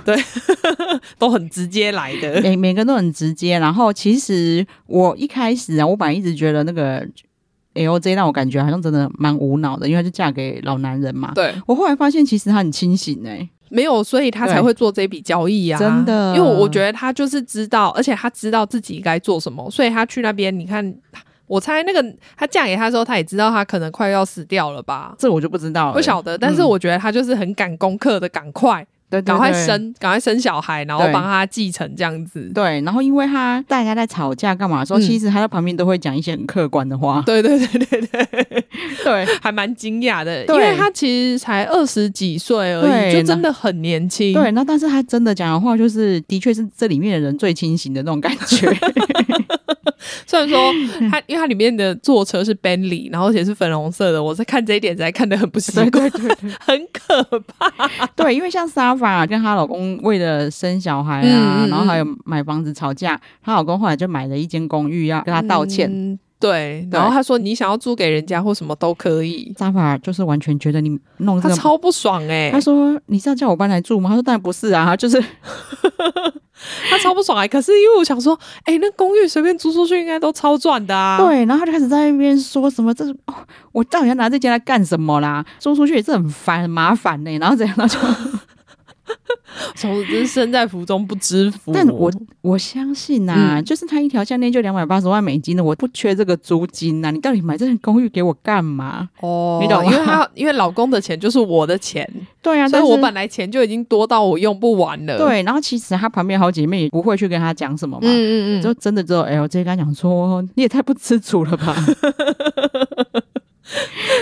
Speaker 3: 都很直接来的。
Speaker 2: 每每个人都很直接。然后其实我一开始啊，我本来一直觉得那个 L J 让我感觉好像真的蛮无脑的，因为她就嫁给老男人嘛。
Speaker 3: 对，
Speaker 2: 我后来发现其实她很清醒哎、
Speaker 3: 没有，所以他才会做这笔交易啊！
Speaker 2: 对真的
Speaker 3: 因为我觉得他就是知道，而且他知道自己该做什么，所以他去那边，你看。我猜那个她嫁给他的时候，她也知道她可能快要死掉了吧？
Speaker 2: 这我就不知道了，
Speaker 3: 不晓得，但是我觉得她就是很赶功课的，赶快
Speaker 2: 对对
Speaker 3: 赶快
Speaker 2: 对
Speaker 3: 生，赶快生小孩，然后
Speaker 2: 对
Speaker 3: 帮他继承这样子。
Speaker 2: 对，然后因为他大家在吵架干嘛的时候，
Speaker 3: 嗯
Speaker 2: 其实他在旁边都会讲一些很客观的话。
Speaker 3: 对对对对对，
Speaker 2: 对
Speaker 3: 还蛮惊讶的，因
Speaker 2: 对
Speaker 3: 为她其实才二十几岁而已，
Speaker 2: 对
Speaker 3: 就真的很年轻。
Speaker 2: 对，那但是他真的讲的话，就是的确是这里面的人最清醒的那种感觉。
Speaker 3: 虽 然说它，因为它里面的坐车是 Bentley，然后而且是粉红色的，我在看这一点才看得很不习
Speaker 2: 对
Speaker 3: 惯
Speaker 2: 对，对对
Speaker 3: 很可怕。
Speaker 2: 对，因为像 Safa 跟她老公为了生小孩啊，
Speaker 3: 嗯嗯
Speaker 2: 然后还有买房子吵架，她老公后来就买了一间公寓要跟她道歉。
Speaker 3: 嗯对，然后他说你想要租给人家或什么都可以，
Speaker 2: Safa 就是完全觉得你弄这
Speaker 3: 他
Speaker 2: 个。
Speaker 3: 超不爽哎、
Speaker 2: 他说：“你是要叫我搬来住吗？”他说：“当然不是啊，就是
Speaker 3: 他超不爽哎、可是因为我想说，哎、那公寓随便租出去应该都超赚的啊。
Speaker 2: 对，然后他就开始在那边说什么这是哦，我到底要拿这件来干什么啦？租出去也是很烦很麻烦呢、然后怎样？然后就，
Speaker 3: 从真是身在福中不知福。
Speaker 2: 但我我相信呐、啊，
Speaker 3: 嗯
Speaker 2: 就是他一条项链就两百八十万美金的，我不缺这个租金呐、你到底买这间公寓给我干嘛？
Speaker 3: 哦，
Speaker 2: 你懂吗
Speaker 3: 因为他因为老公的钱就是我的钱，
Speaker 2: 对啊，
Speaker 3: 所以
Speaker 2: 但是
Speaker 3: 我本来钱就已经多到我用不完了。，
Speaker 2: 对，然后其实她旁边好姐妹也不会去跟她讲什么嘛。
Speaker 3: 嗯嗯
Speaker 2: 就哎真的只有 L J 跟她讲说，你也太不知足了 吧。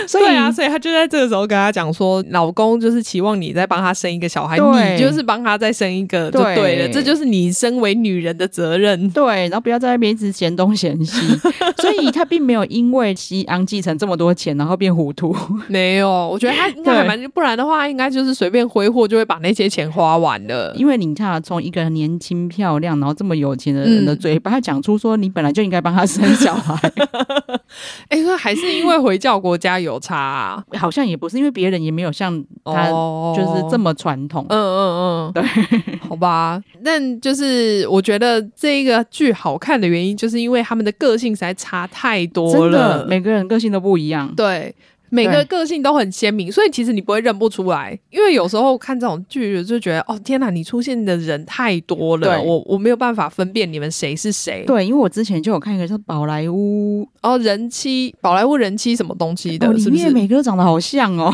Speaker 2: 所以
Speaker 3: 对啊，所以他就在这个时候跟他讲说，老公就是期望你再帮他生一个小孩，
Speaker 2: 对
Speaker 3: 你就是帮他再生一个就
Speaker 2: 对
Speaker 3: 对了，这就是你身为女人的责 任。
Speaker 2: 对，然后不要在那边一直嫌东嫌西。所以她并没有因为西昂继承这么多钱，然后变糊涂。
Speaker 3: 没有，我觉得他应该还蛮，不然的话，应该就是随便挥霍就会把那些钱花完了。
Speaker 2: 因为你看啊，从一个年轻漂亮，然后这么有钱的人的
Speaker 3: 嗯
Speaker 2: 嘴巴，她讲出说你本来就应该帮她生小孩，
Speaker 3: 哎、那还是因为回教国家有差、啊，
Speaker 2: 好像也不是因为别人也没有像她
Speaker 3: 哦
Speaker 2: 就是这么传统。
Speaker 3: 嗯嗯嗯， 对，好吧。但就是我觉得这个剧好看的原因，就是因为他们的个性实在差太多
Speaker 2: 真
Speaker 3: 了
Speaker 2: 的，。每个人个性都不一样。
Speaker 3: 对，每个
Speaker 2: 对
Speaker 3: 个性都很鲜明，所以其实你不会认不出来。因为有时候看这种剧，就觉得哦，天哪，你出现的人太多了，
Speaker 2: 对
Speaker 3: 我我没有办法分辨你们谁是谁。，
Speaker 2: 对，因为我之前就有看一个叫宝莱坞，
Speaker 3: 然后人妻，宝莱坞人妻什么东西的，
Speaker 2: 哦，里
Speaker 3: 是不
Speaker 2: 面
Speaker 3: 是？
Speaker 2: 每个都长得好像哦。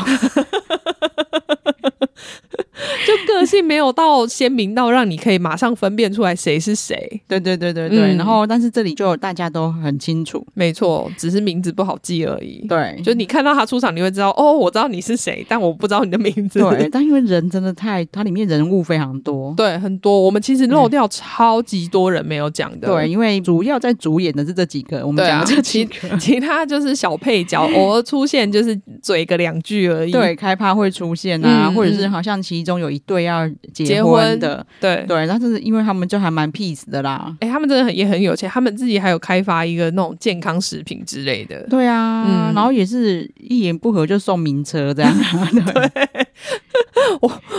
Speaker 3: 就个性没有到鲜明到让你可以马上分辨出来谁是谁。
Speaker 2: 对对对对对，
Speaker 3: 嗯
Speaker 2: 然后但是这里就大家都很清楚。
Speaker 3: 没错，只是名字不好记而已。
Speaker 2: 对
Speaker 3: 就你看到他出场，你会知道哦，我知道你是谁，但我不知道你的名字。
Speaker 2: 对，但因为人真的太，它里面人物非常多。
Speaker 3: 对很多我们其实漏掉超级多人没有讲的。
Speaker 2: 嗯对，因为主要在主演的是这几个，我们
Speaker 3: 对
Speaker 2: 讲
Speaker 3: 啊，
Speaker 2: 的 这几
Speaker 3: 其
Speaker 2: 个。
Speaker 3: 其他就是小配 角，偶尔出现就是嘴个两句而已。
Speaker 2: 对，开趴会出现啊，
Speaker 3: 嗯
Speaker 2: 或者是好像其中有一对要
Speaker 3: 结
Speaker 2: 结
Speaker 3: 婚
Speaker 2: 的，
Speaker 3: 对
Speaker 2: 对，但是因为他们就还蛮 peace 的啦。
Speaker 3: 哎、他们真的很也很有钱，他们自己还有开发一个那种健康食品之类的。
Speaker 2: 对啊，
Speaker 3: 嗯
Speaker 2: 然后也是一言不合就送名车这样啊，对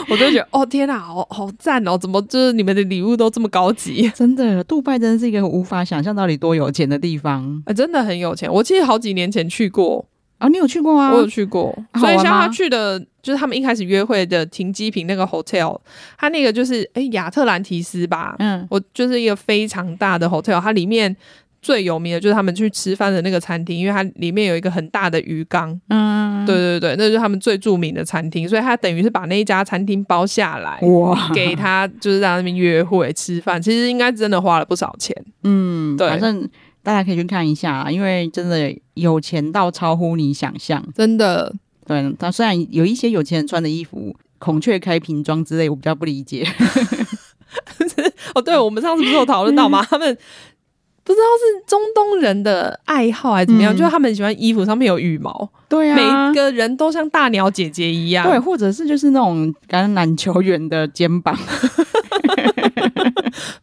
Speaker 3: 我就觉得，哦天哪，好好赞哦！怎么就是你们的礼物都这么高级？
Speaker 2: 真的，杜拜真的是一个无法想象到底多有钱的地方
Speaker 3: 啊、真的很有钱。我记得好几年前去过，
Speaker 2: 啊！你有去过啊？
Speaker 3: 我有去过，
Speaker 2: 好
Speaker 3: 所以
Speaker 2: 玩
Speaker 3: 像他
Speaker 2: 吗
Speaker 3: 去的，就是他们一开始约会的停机坪那个 hotel，他那个就是哎亚、特兰提斯吧，
Speaker 2: 嗯，
Speaker 3: 我就是一个非常大的 hotel，它里面最有名的就是他们去吃饭的那个餐厅，因为它里面有一个很大的鱼缸。
Speaker 2: 嗯，
Speaker 3: 对对对，那就是他们最著名的餐厅，所以他等于是把那一家餐厅包下来。
Speaker 2: 哇，
Speaker 3: 给他就是在那边约会吃饭，其实应该真的花了不少钱。
Speaker 2: 嗯，
Speaker 3: 对
Speaker 2: 反正大家可以去看一下啊，因为真的有钱到超乎你想象。
Speaker 3: 真的，
Speaker 2: 对，他虽然有一些有钱人穿的衣服，孔雀开屏装之类，我比较不理解。
Speaker 3: 哦，对，我们上次不是有讨论 到吗？他们不知道是中东人的爱好还是怎么样，
Speaker 2: 嗯
Speaker 3: 就是他们很喜欢衣服上面有羽毛，
Speaker 2: 对啊
Speaker 3: 每个人都像大鸟姐姐一样。
Speaker 2: 对，或者是就是那种橄榄球员的肩膀，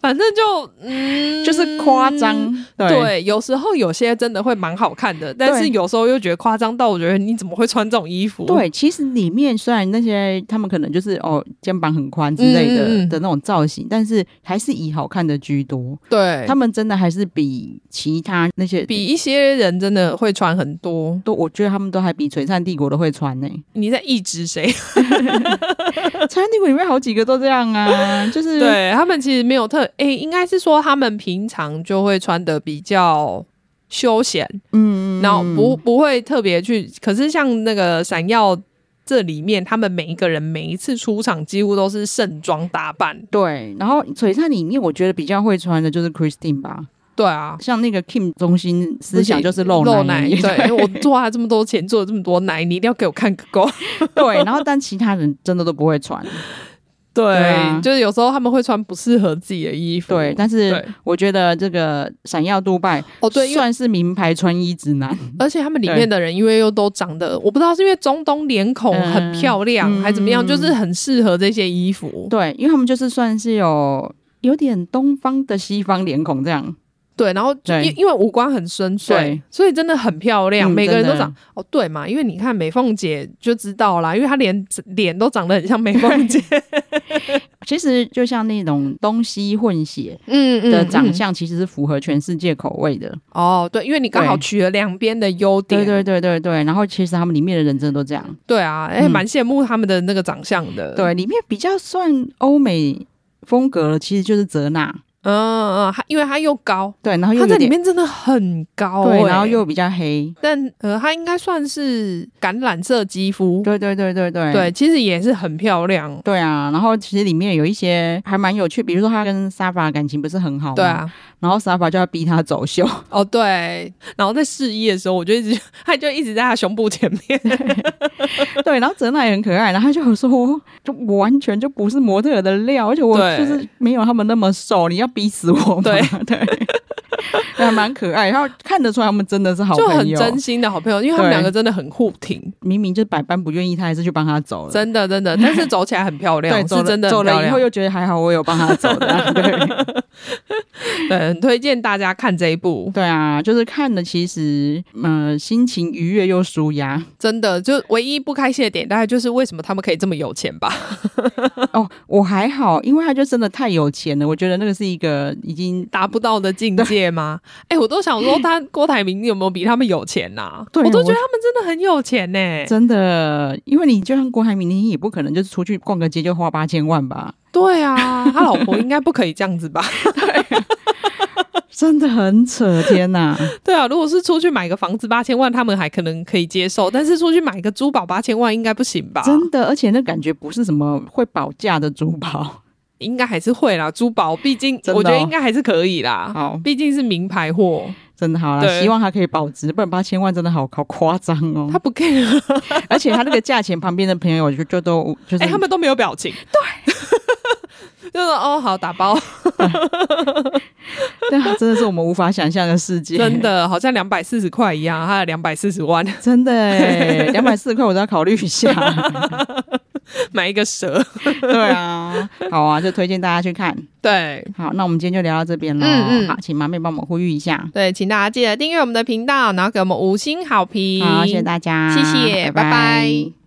Speaker 3: 反正就嗯，
Speaker 2: 就是夸张。对。
Speaker 3: 对，有时候有些真的会蛮好看的，但是
Speaker 2: 对
Speaker 3: 有时候又觉得夸张到，我觉得你怎么会穿这种衣服？
Speaker 2: 对其实里面虽然那些他们可能就是哦肩膀很宽之类的、
Speaker 3: 嗯嗯嗯
Speaker 2: 的那种造型，但是还是以好看的居多。
Speaker 3: 对，
Speaker 2: 他
Speaker 3: 他
Speaker 2: 们真的还是比其他那些
Speaker 3: 比一些人真的会穿很多。
Speaker 2: 都，我觉得他们都还比璀璨帝国都会穿 呢、
Speaker 3: 你在抑 制谁？
Speaker 2: 餐厅里面好几个都这样啊，就是
Speaker 3: 对他们其实没有特，诶、应该是说他们平常就会穿的比较。休闲，
Speaker 2: 嗯，
Speaker 3: 然后不不会特别去。可是像那个闪耀这里面，他们每一个人每一次出场几乎都是盛装打扮。
Speaker 2: 对，然后璀璨里面我觉得比较会穿的就是 Christine 吧，
Speaker 3: 对啊，
Speaker 2: 像那个 Kim 中心思想就是
Speaker 3: 露
Speaker 2: 露
Speaker 3: 奶。对，我做他这么多钱，做了这么多奶，你一定要给我看个够。
Speaker 2: 对，然后但其他人真的都不会 穿，
Speaker 3: 对，
Speaker 2: 啊
Speaker 3: 就是有时候他们会穿不适合自己的衣服。
Speaker 2: 对，但
Speaker 3: 对
Speaker 2: 是我觉得这个闪耀杜拜
Speaker 3: 哦对，因为嗯
Speaker 2: 算是名牌穿衣指南，
Speaker 3: 而且他们里面的人，因为又都长得，我不知道是因为中东脸孔很漂亮，
Speaker 2: 嗯
Speaker 3: 还怎么样，就是很适合这些衣服。
Speaker 2: 对，因为他们就是算是有有点东方的西方脸孔这样，
Speaker 3: 对，然后就
Speaker 2: 对
Speaker 3: 因因为五官很深邃
Speaker 2: 对，
Speaker 3: 所以真的很漂亮，
Speaker 2: 嗯
Speaker 3: 啊每个人都
Speaker 2: 真的
Speaker 3: 长哦，对嘛，因为你看美凤姐就知道啦，因为她连脸都长得很像美凤姐，
Speaker 2: 其实就像那种东西混血
Speaker 3: 嗯嗯
Speaker 2: 的长相，其实是符合全世界口味的。
Speaker 3: 哦，对，因为你刚好
Speaker 2: 对
Speaker 3: 取了两边的优点，
Speaker 2: 对对对对对，然后其实他们里面的人真的都这样，
Speaker 3: 对啊，哎，
Speaker 2: 嗯
Speaker 3: 蛮羡慕他们的那个长相的，，
Speaker 2: 对，里面比较算欧美风格了，其实就是泽娜，
Speaker 3: 嗯嗯，她因为她又高，
Speaker 2: 对，然后又
Speaker 3: 她
Speaker 2: 哦有
Speaker 3: 在
Speaker 2: 点
Speaker 3: 啊里面真的很高，
Speaker 2: 对，
Speaker 3: 哎
Speaker 2: 然后又比较黑，
Speaker 3: 但呃，她应该算是橄榄色肌肤，
Speaker 2: 对对对对对
Speaker 3: 对，其实也是很漂亮，
Speaker 2: 对啊，然后其实里面有一些还蛮有趣，比如说他跟沙发感情不是很好，
Speaker 3: 对，啊，
Speaker 2: 然后沙发就要逼他走 秀，
Speaker 3: 哦对，然后在试衣的时候，我就一直 她就一直在她胸部前面，
Speaker 2: 对，然后泽娜也很可爱，然后他就有说，就我完全就不是模特儿的料，而且我
Speaker 3: 对
Speaker 2: 就是没有他们那么瘦，你要逼死我吗？
Speaker 3: 对
Speaker 2: 对，还蛮可爱，然后看得出来他们真的是好
Speaker 3: 就
Speaker 2: 朋
Speaker 3: 很
Speaker 2: 友，
Speaker 3: 真心的好朋友，因为他们
Speaker 2: 对
Speaker 3: 两个真的很互挺，
Speaker 2: 明明就百般不愿意，他还是去帮他走了。
Speaker 3: 真的真的，但是走起来很漂亮
Speaker 2: 对，，走
Speaker 3: 是
Speaker 2: 了
Speaker 3: 真的
Speaker 2: 走
Speaker 3: 很漂
Speaker 2: 了以后
Speaker 3: 亮，
Speaker 2: 又觉得还好，我有帮他走 的。啊对
Speaker 3: 对，很推荐大家看这一部，
Speaker 2: 对啊，就是看了，其实嗯、呃心情愉悦又舒压。
Speaker 3: 真的就唯一不开心的点，大概就是为什么他们可以这么有钱吧？
Speaker 2: 哦，我还好，因为他就真的太有钱了，我觉得那个是一个已经
Speaker 3: 达不到的境界吗？哎、我都想说他郭台铭有没有比他们有钱呐、
Speaker 2: 对
Speaker 3: 我都
Speaker 2: 我
Speaker 3: 觉得他们真的很有钱呢、
Speaker 2: 真的，因为你就像郭台铭，你也不可能就是出去逛个街就花八千万吧？
Speaker 3: 对啊，他老婆应该不可以这样子吧？
Speaker 2: 真的很扯，天 哪！
Speaker 3: 对啊，如果是出去买个房子八千万，他们还可能可以接受，但是出去买个珠宝八千万应该不行吧？
Speaker 2: 真的，而且那感觉不是什么会保价的珠 宝。
Speaker 3: 应该还是会啦，珠宝毕竟
Speaker 2: 真的哦
Speaker 3: 我觉得应该还是可以啦，
Speaker 2: 好，
Speaker 3: 毕竟是名牌货，
Speaker 2: 真的好啦，
Speaker 3: 对
Speaker 2: 希望它可以保值，不然八千万真的好好夸张哦
Speaker 3: 他。不 care，
Speaker 2: 而且它那个价钱，旁边的朋友就就 都就是、
Speaker 3: 哎、他们都没有表情，对， 就是哦好打 包，
Speaker 2: 对啊，真的是我们无法想象的世界，
Speaker 3: 真的好像两百四十块一样，还有两百四十万
Speaker 2: 真的欸两百四十块我都要考虑一 下。
Speaker 3: 买一个蛇，
Speaker 2: 对啊，好啊，就推荐大家去看。
Speaker 3: 对。
Speaker 2: 好，那我们今天就聊到这边喽。
Speaker 3: 嗯嗯
Speaker 2: 好，请麻妹帮我们呼吁一下。
Speaker 3: 对，请大家记得订阅我们的频道，然后给我们五星好评。
Speaker 2: 好，谢谢大家，
Speaker 3: 谢谢拜拜
Speaker 2: 拜